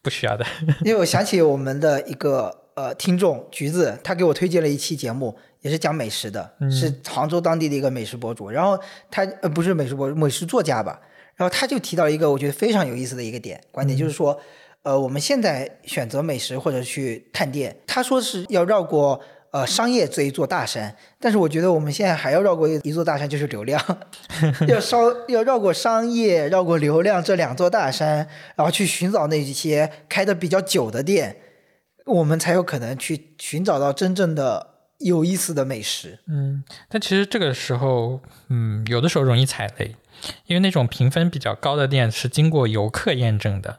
Speaker 2: 不需要的。
Speaker 1: 因为我想起我们的一个呃听众橘子，他给我推荐了一期节目，也是讲美食的，是杭州当地的一个美食博主。然后他呃不是美食博主，美食作家吧。然后他就提到一个我觉得非常有意思的一个点观点，就是说，呃，我们现在选择美食或者去探店，他说是要绕过。呃，商业这一座大山，但是我觉得我们现在还要绕过一座大山，就是流量，要烧要绕过商业，绕过流量这两座大山，然后去寻找那些开的比较久的店，我们才有可能去寻找到真正的有意思的美食。
Speaker 2: 嗯，但其实这个时候，嗯，有的时候容易踩雷，因为那种评分比较高的店是经过游客验证的，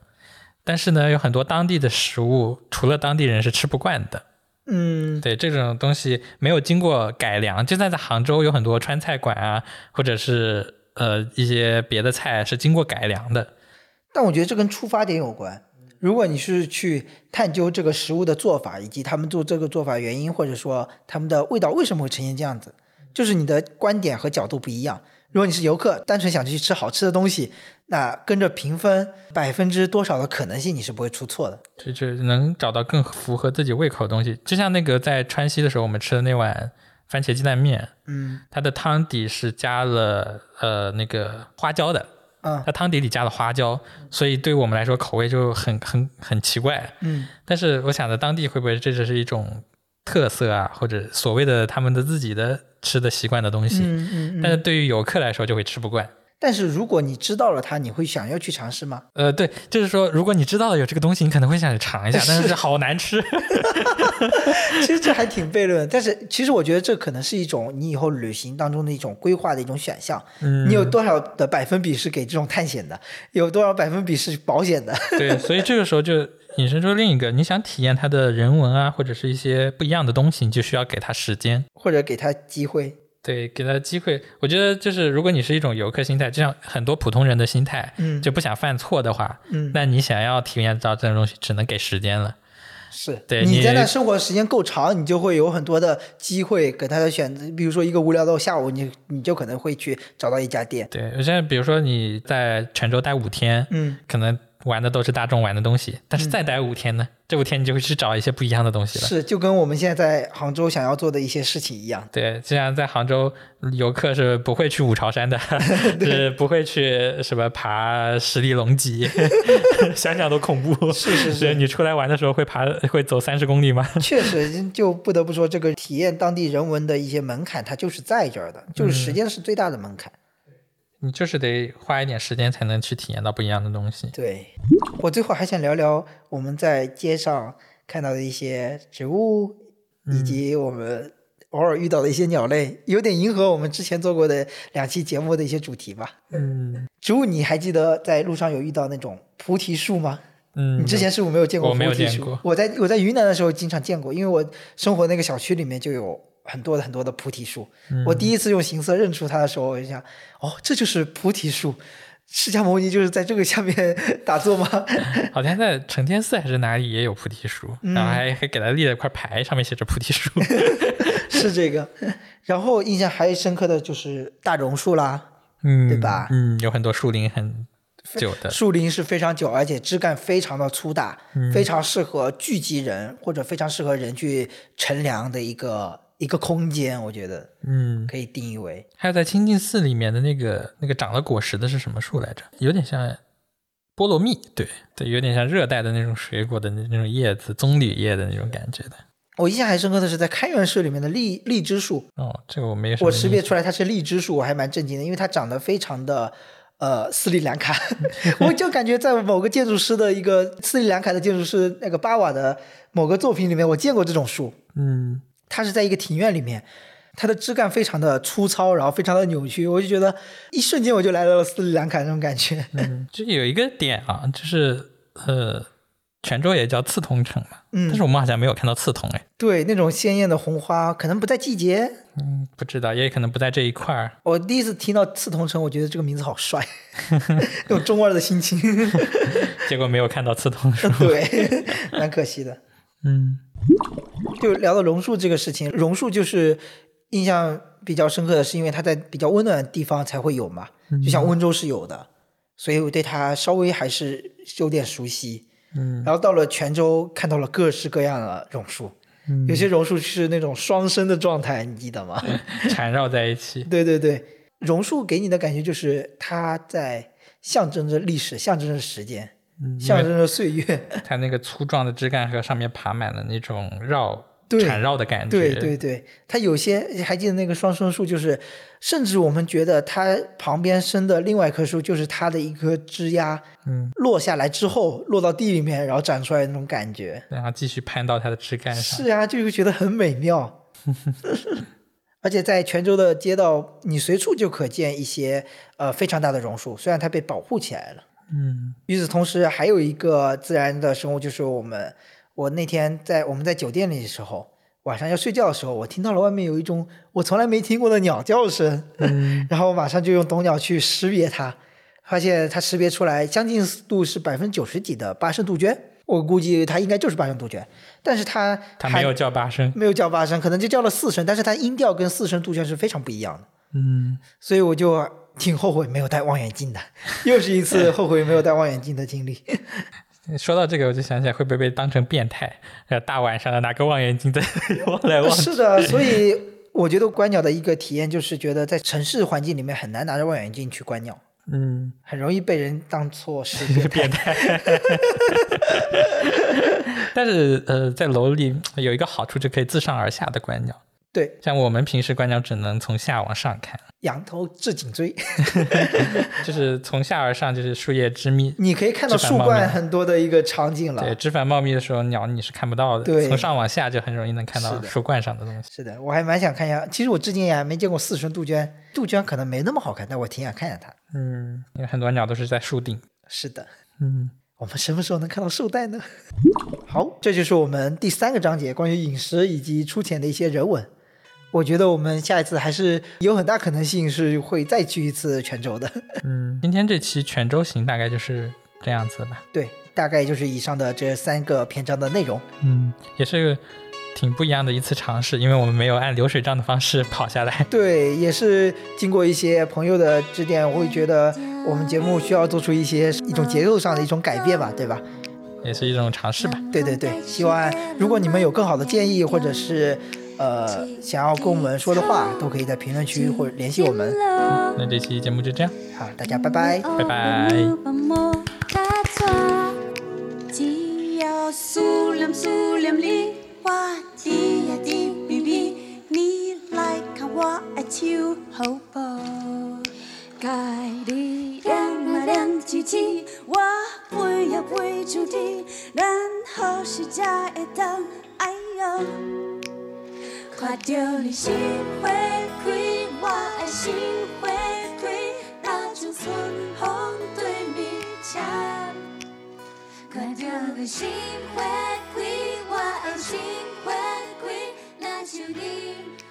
Speaker 2: 但是呢，有很多当地的食物，除了当地人是吃不惯的。
Speaker 1: 嗯，
Speaker 2: 对这种东西没有经过改良，就算在杭州有很多川菜馆啊，或者是呃一些别的菜啊是经过改良的。
Speaker 1: 但我觉得这跟出发点有关。如果你是去探究这个食物的做法，以及他们做这个做法原因，或者说他们的味道为什么会呈现这样子，就是你的观点和角度不一样。如果你是游客，单纯想去吃好吃的东西，那跟着评分百分之多少的可能性你是不会出错的。
Speaker 2: 就就能找到更符合自己胃口的东西。就像那个在川西的时候，我们吃的那碗番茄鸡蛋面，
Speaker 1: 嗯
Speaker 2: 它的汤底是加了呃那个花椒的，
Speaker 1: 啊
Speaker 2: 它汤底里加了花椒，所以对我们来说口味就很很很奇怪。
Speaker 1: 嗯，
Speaker 2: 但是我想着当地会不会这只是一种特色啊，或者所谓的他们的自己的吃的习惯的东西。
Speaker 1: 嗯嗯嗯
Speaker 2: 但是对于游客来说就会吃不惯。
Speaker 1: 但是如果你知道了它，你会想要去尝试吗？
Speaker 2: 呃，对，就是说，如果你知道有这个东西，你可能会想去 尝一下，但是好难吃。
Speaker 1: 其实这还挺悖论，但是其实我觉得这可能是一种你以后旅行当中的一种规划的一种选项。
Speaker 2: 嗯
Speaker 1: 你有多少的百分比是给这种探险的？有多少百分比是保险的？
Speaker 2: 对，所以这个时候就引申出另一个，你想体验它的人文啊，或者是一些不一样的东西，你就需要给它时间，
Speaker 1: 或者给他机会？
Speaker 2: 对，给它机会。我觉得就是，如果你是一种游客心态，就像很多普通人的心态，
Speaker 1: 嗯
Speaker 2: 就不想犯错的话，
Speaker 1: 嗯，
Speaker 2: 那你想要体验到这种东西，只能给时间了。
Speaker 1: 是
Speaker 2: 对
Speaker 1: 你
Speaker 2: 你
Speaker 1: 在那生活时间够长，你就会有很多的机会给他的选择。比如说一个无聊的下午，你你就可能会去找到一家店。
Speaker 2: 对，现在比如说你在泉州待五天，
Speaker 1: 嗯，
Speaker 2: 可能玩的都是大众玩的东西，但是再待五天呢，这五天你就会去找一些不一样的东西了。
Speaker 1: 是就跟我们现在在杭州想要做的一些事情一样。
Speaker 2: 对，就像在杭州，游客是不会去五朝山的， 是不会去什么爬十里 龙脊，想想都恐怖。
Speaker 1: 是是是
Speaker 2: 所以你出来玩的时候会爬，会走三十公里吗？
Speaker 1: 确实，就不得不说，这个体验当地人文的一些门槛，它就是在这儿的，就是时间是最大的门槛。
Speaker 2: 你就是得花一点时间才能去体验到不一样的东西。
Speaker 1: 对，我最后还想聊聊我们在街上看到的一些植物，以及我们偶尔遇到的一些鸟类，有点迎合我们之前做过的两期节目的一些主题吧。
Speaker 2: 嗯
Speaker 1: 植物，你还记得在路上有遇到那种菩提树吗？
Speaker 2: 嗯，
Speaker 1: 你之前是不是没有见过
Speaker 2: 我没有
Speaker 1: 菩提
Speaker 2: 见
Speaker 1: 树
Speaker 2: 过
Speaker 1: 我在我在云南的时候经常见过，因为我生活那个小区里面就有很多的很多的菩提树。
Speaker 2: 嗯
Speaker 1: 我第一次用形色认出它的时候，我就想，哦，这就是菩提树。释迦牟尼就是在这个下面 打坐吗？
Speaker 2: 好像在承天寺还是哪里也有菩提树，
Speaker 1: 嗯
Speaker 2: 然后还还给他立了一块牌，上面写着菩 提树。
Speaker 1: 是这个。 然后印象还深刻的就是大榕树啦，
Speaker 2: 嗯，
Speaker 1: 对吧
Speaker 2: 嗯，有很多树龄很久的。
Speaker 1: 树龄是非常久，而且枝干非常的粗大，
Speaker 2: 嗯
Speaker 1: 非常适合聚集人或者非常适合人去乘凉的一个一个空间，我觉得
Speaker 2: 嗯，
Speaker 1: 可以定义为。
Speaker 2: 还有在清净寺里面的那个那个长了果实的是什么树来着？有点像菠萝蜜，对对，有点像热带的那种水果的那那种叶子，棕榈叶的那种感觉的。
Speaker 1: 我印象还深刻的是在开元市里面的荔荔枝树，
Speaker 2: 哦，这个我没有什么
Speaker 1: 我
Speaker 2: 印
Speaker 1: 识别出来它是荔枝树，我还蛮震惊的，因为它长得非常的。呃，斯里兰卡， 我就感觉在某个建筑师的一个斯里兰卡的建筑师那个巴瓦的某个作品里面，我见过这种树。
Speaker 2: 嗯
Speaker 1: 它是在一个庭院里面，它的枝干非常的粗糙，然后非常的扭曲，我就觉得一瞬间我就来到了斯里兰卡那种感觉。
Speaker 2: 嗯，就有一个点啊，就是呃，泉州也叫刺桐城嘛，
Speaker 1: 嗯
Speaker 2: 但是我们好像没有看到刺桐哎，
Speaker 1: 对，那种鲜艳的红花可能不在季节。
Speaker 2: 嗯，不知道，也可能不在这一块儿。
Speaker 1: 我第一次听到刺桐城，我觉得这个名字好帅， 那种中二的心情。
Speaker 2: 结果没有看到刺桐 树。
Speaker 1: 对， 蛮可惜的。
Speaker 2: 嗯，
Speaker 1: 就聊到榕树这个事情，榕树就是印象比较深刻的是，因为它在比较温暖的地方才会有嘛，
Speaker 2: 嗯
Speaker 1: 就像温州是有的，所以我对它稍微还是有点熟悉。
Speaker 2: 嗯，
Speaker 1: 然后到了泉州，看到了各式各样的榕树，
Speaker 2: 嗯
Speaker 1: 有些榕树是那种双生的状态，你记得吗？
Speaker 2: 缠绕在一起。
Speaker 1: 对对对，榕树给你的感觉就是它在象征着历史，象征着时间，
Speaker 2: 嗯因
Speaker 1: 象
Speaker 2: 为
Speaker 1: 征着岁月。
Speaker 2: 它那个粗壮的枝干和上面爬满了那种绕
Speaker 1: 对
Speaker 2: 缠绕的感觉。
Speaker 1: 对对对，它有些还记得那个双生树，就是甚至我们觉得它旁边生的另外一棵树就是它的一棵枝丫，
Speaker 2: 嗯，
Speaker 1: 落下来之后落到地里面，然后长出来的那种感觉。
Speaker 2: 然后继续攀到它的枝干上。
Speaker 1: 是啊，就会觉得很美妙。而且在泉州的街道，你随处就可见一些呃非常大的榕树，虽然它被保护起来了。
Speaker 2: 嗯
Speaker 1: 与此同时，还有一个自然的生物，就是我们，我那天在我们在酒店里的时候，晚上要睡觉的时候，我听到了外面有一种我从来没听过的鸟叫声，
Speaker 2: 嗯
Speaker 1: 然后我马上就用懂鸟去识别它，发现它识别出来相近度是百分之九十几的八声杜鹃，我估计它应该就是八声杜鹃，但是它
Speaker 2: 它
Speaker 1: 还
Speaker 2: 没有叫八声。
Speaker 1: 没有叫八声，可能就叫了四声，但是它音调跟四声杜鹃是非常不一样的。
Speaker 2: 嗯，
Speaker 1: 所以我就挺后悔没有带望远镜的， 又是一次后悔没有带望远镜的经历。
Speaker 2: 说到这个，我就想起来会不会被当成变态？呃，大晚上的拿个望远镜在 望来望
Speaker 1: 呃
Speaker 2: 去。
Speaker 1: 是的，所以我觉得观鸟的一个体验就是觉得在城市环境里面很难拿着望远镜去观鸟，
Speaker 2: 嗯，
Speaker 1: 很容易被人当做 是变态。
Speaker 2: 变态。但是呃，在楼里有一个好处，就可以自上而下的观鸟。
Speaker 1: 对，
Speaker 2: 像我们平时观鸟只能从下往上看，
Speaker 1: 仰头至颈椎，
Speaker 2: 就是从下而上，就是树叶枝密。
Speaker 1: 你可以看到
Speaker 2: 枝繁
Speaker 1: 树
Speaker 2: 茂
Speaker 1: 冠
Speaker 2: 密
Speaker 1: 很多的一个场景
Speaker 2: 对，
Speaker 1: 了。
Speaker 2: 枝繁茂密的时候，鸟你是看不到的。
Speaker 1: 对
Speaker 2: 从上往下就很容易能看
Speaker 1: 是
Speaker 2: 到
Speaker 1: 的
Speaker 2: 树冠上的东西。
Speaker 1: 是的，我还蛮想看一下。其实我至今也还没见过四声杜鹃，杜鹃可能没那么好看，但我挺想看一下它。
Speaker 2: 嗯，因为很多鸟都是在树顶。
Speaker 1: 是的，
Speaker 2: 嗯，
Speaker 1: 我们什么时候能看到绶带呢？ 好，这就是我们第三个章节关于饮食以及出浅的一些人文。我觉得我们下一次还是有很大可能性是会再去一次泉州的。
Speaker 2: 嗯，今天这期泉州行大概就是这样子吧。
Speaker 1: 对，大概就是以上的这三个篇章的内容。
Speaker 2: 嗯，也是挺不一样的一次尝试，因为我们没有按流水账的方式跑下来。
Speaker 1: 对，也是经过一些朋友的指点，我会觉得我们节目需要做出一些一种节奏上的一种改变吧，对吧？
Speaker 2: 也是一种尝试吧。
Speaker 1: 对对对，希望如果你们有更好的建议，或者是呃想要跟我们说的话，都可以在评论区或者联系我们。
Speaker 2: 那这期节目就这样。
Speaker 1: 好，大家拜
Speaker 3: 嗯
Speaker 1: 拜。
Speaker 2: 拜拜。
Speaker 3: 只有思念思念你，我甜呀甜蜜蜜，你来牵我的手好无？家你亮啊亮起起，我飞呀飞出去，咱何时才会当哎哟？看着你心花开，我的心花开，那像春风对面吹。看着你心花开，我的心花开，那像你。啊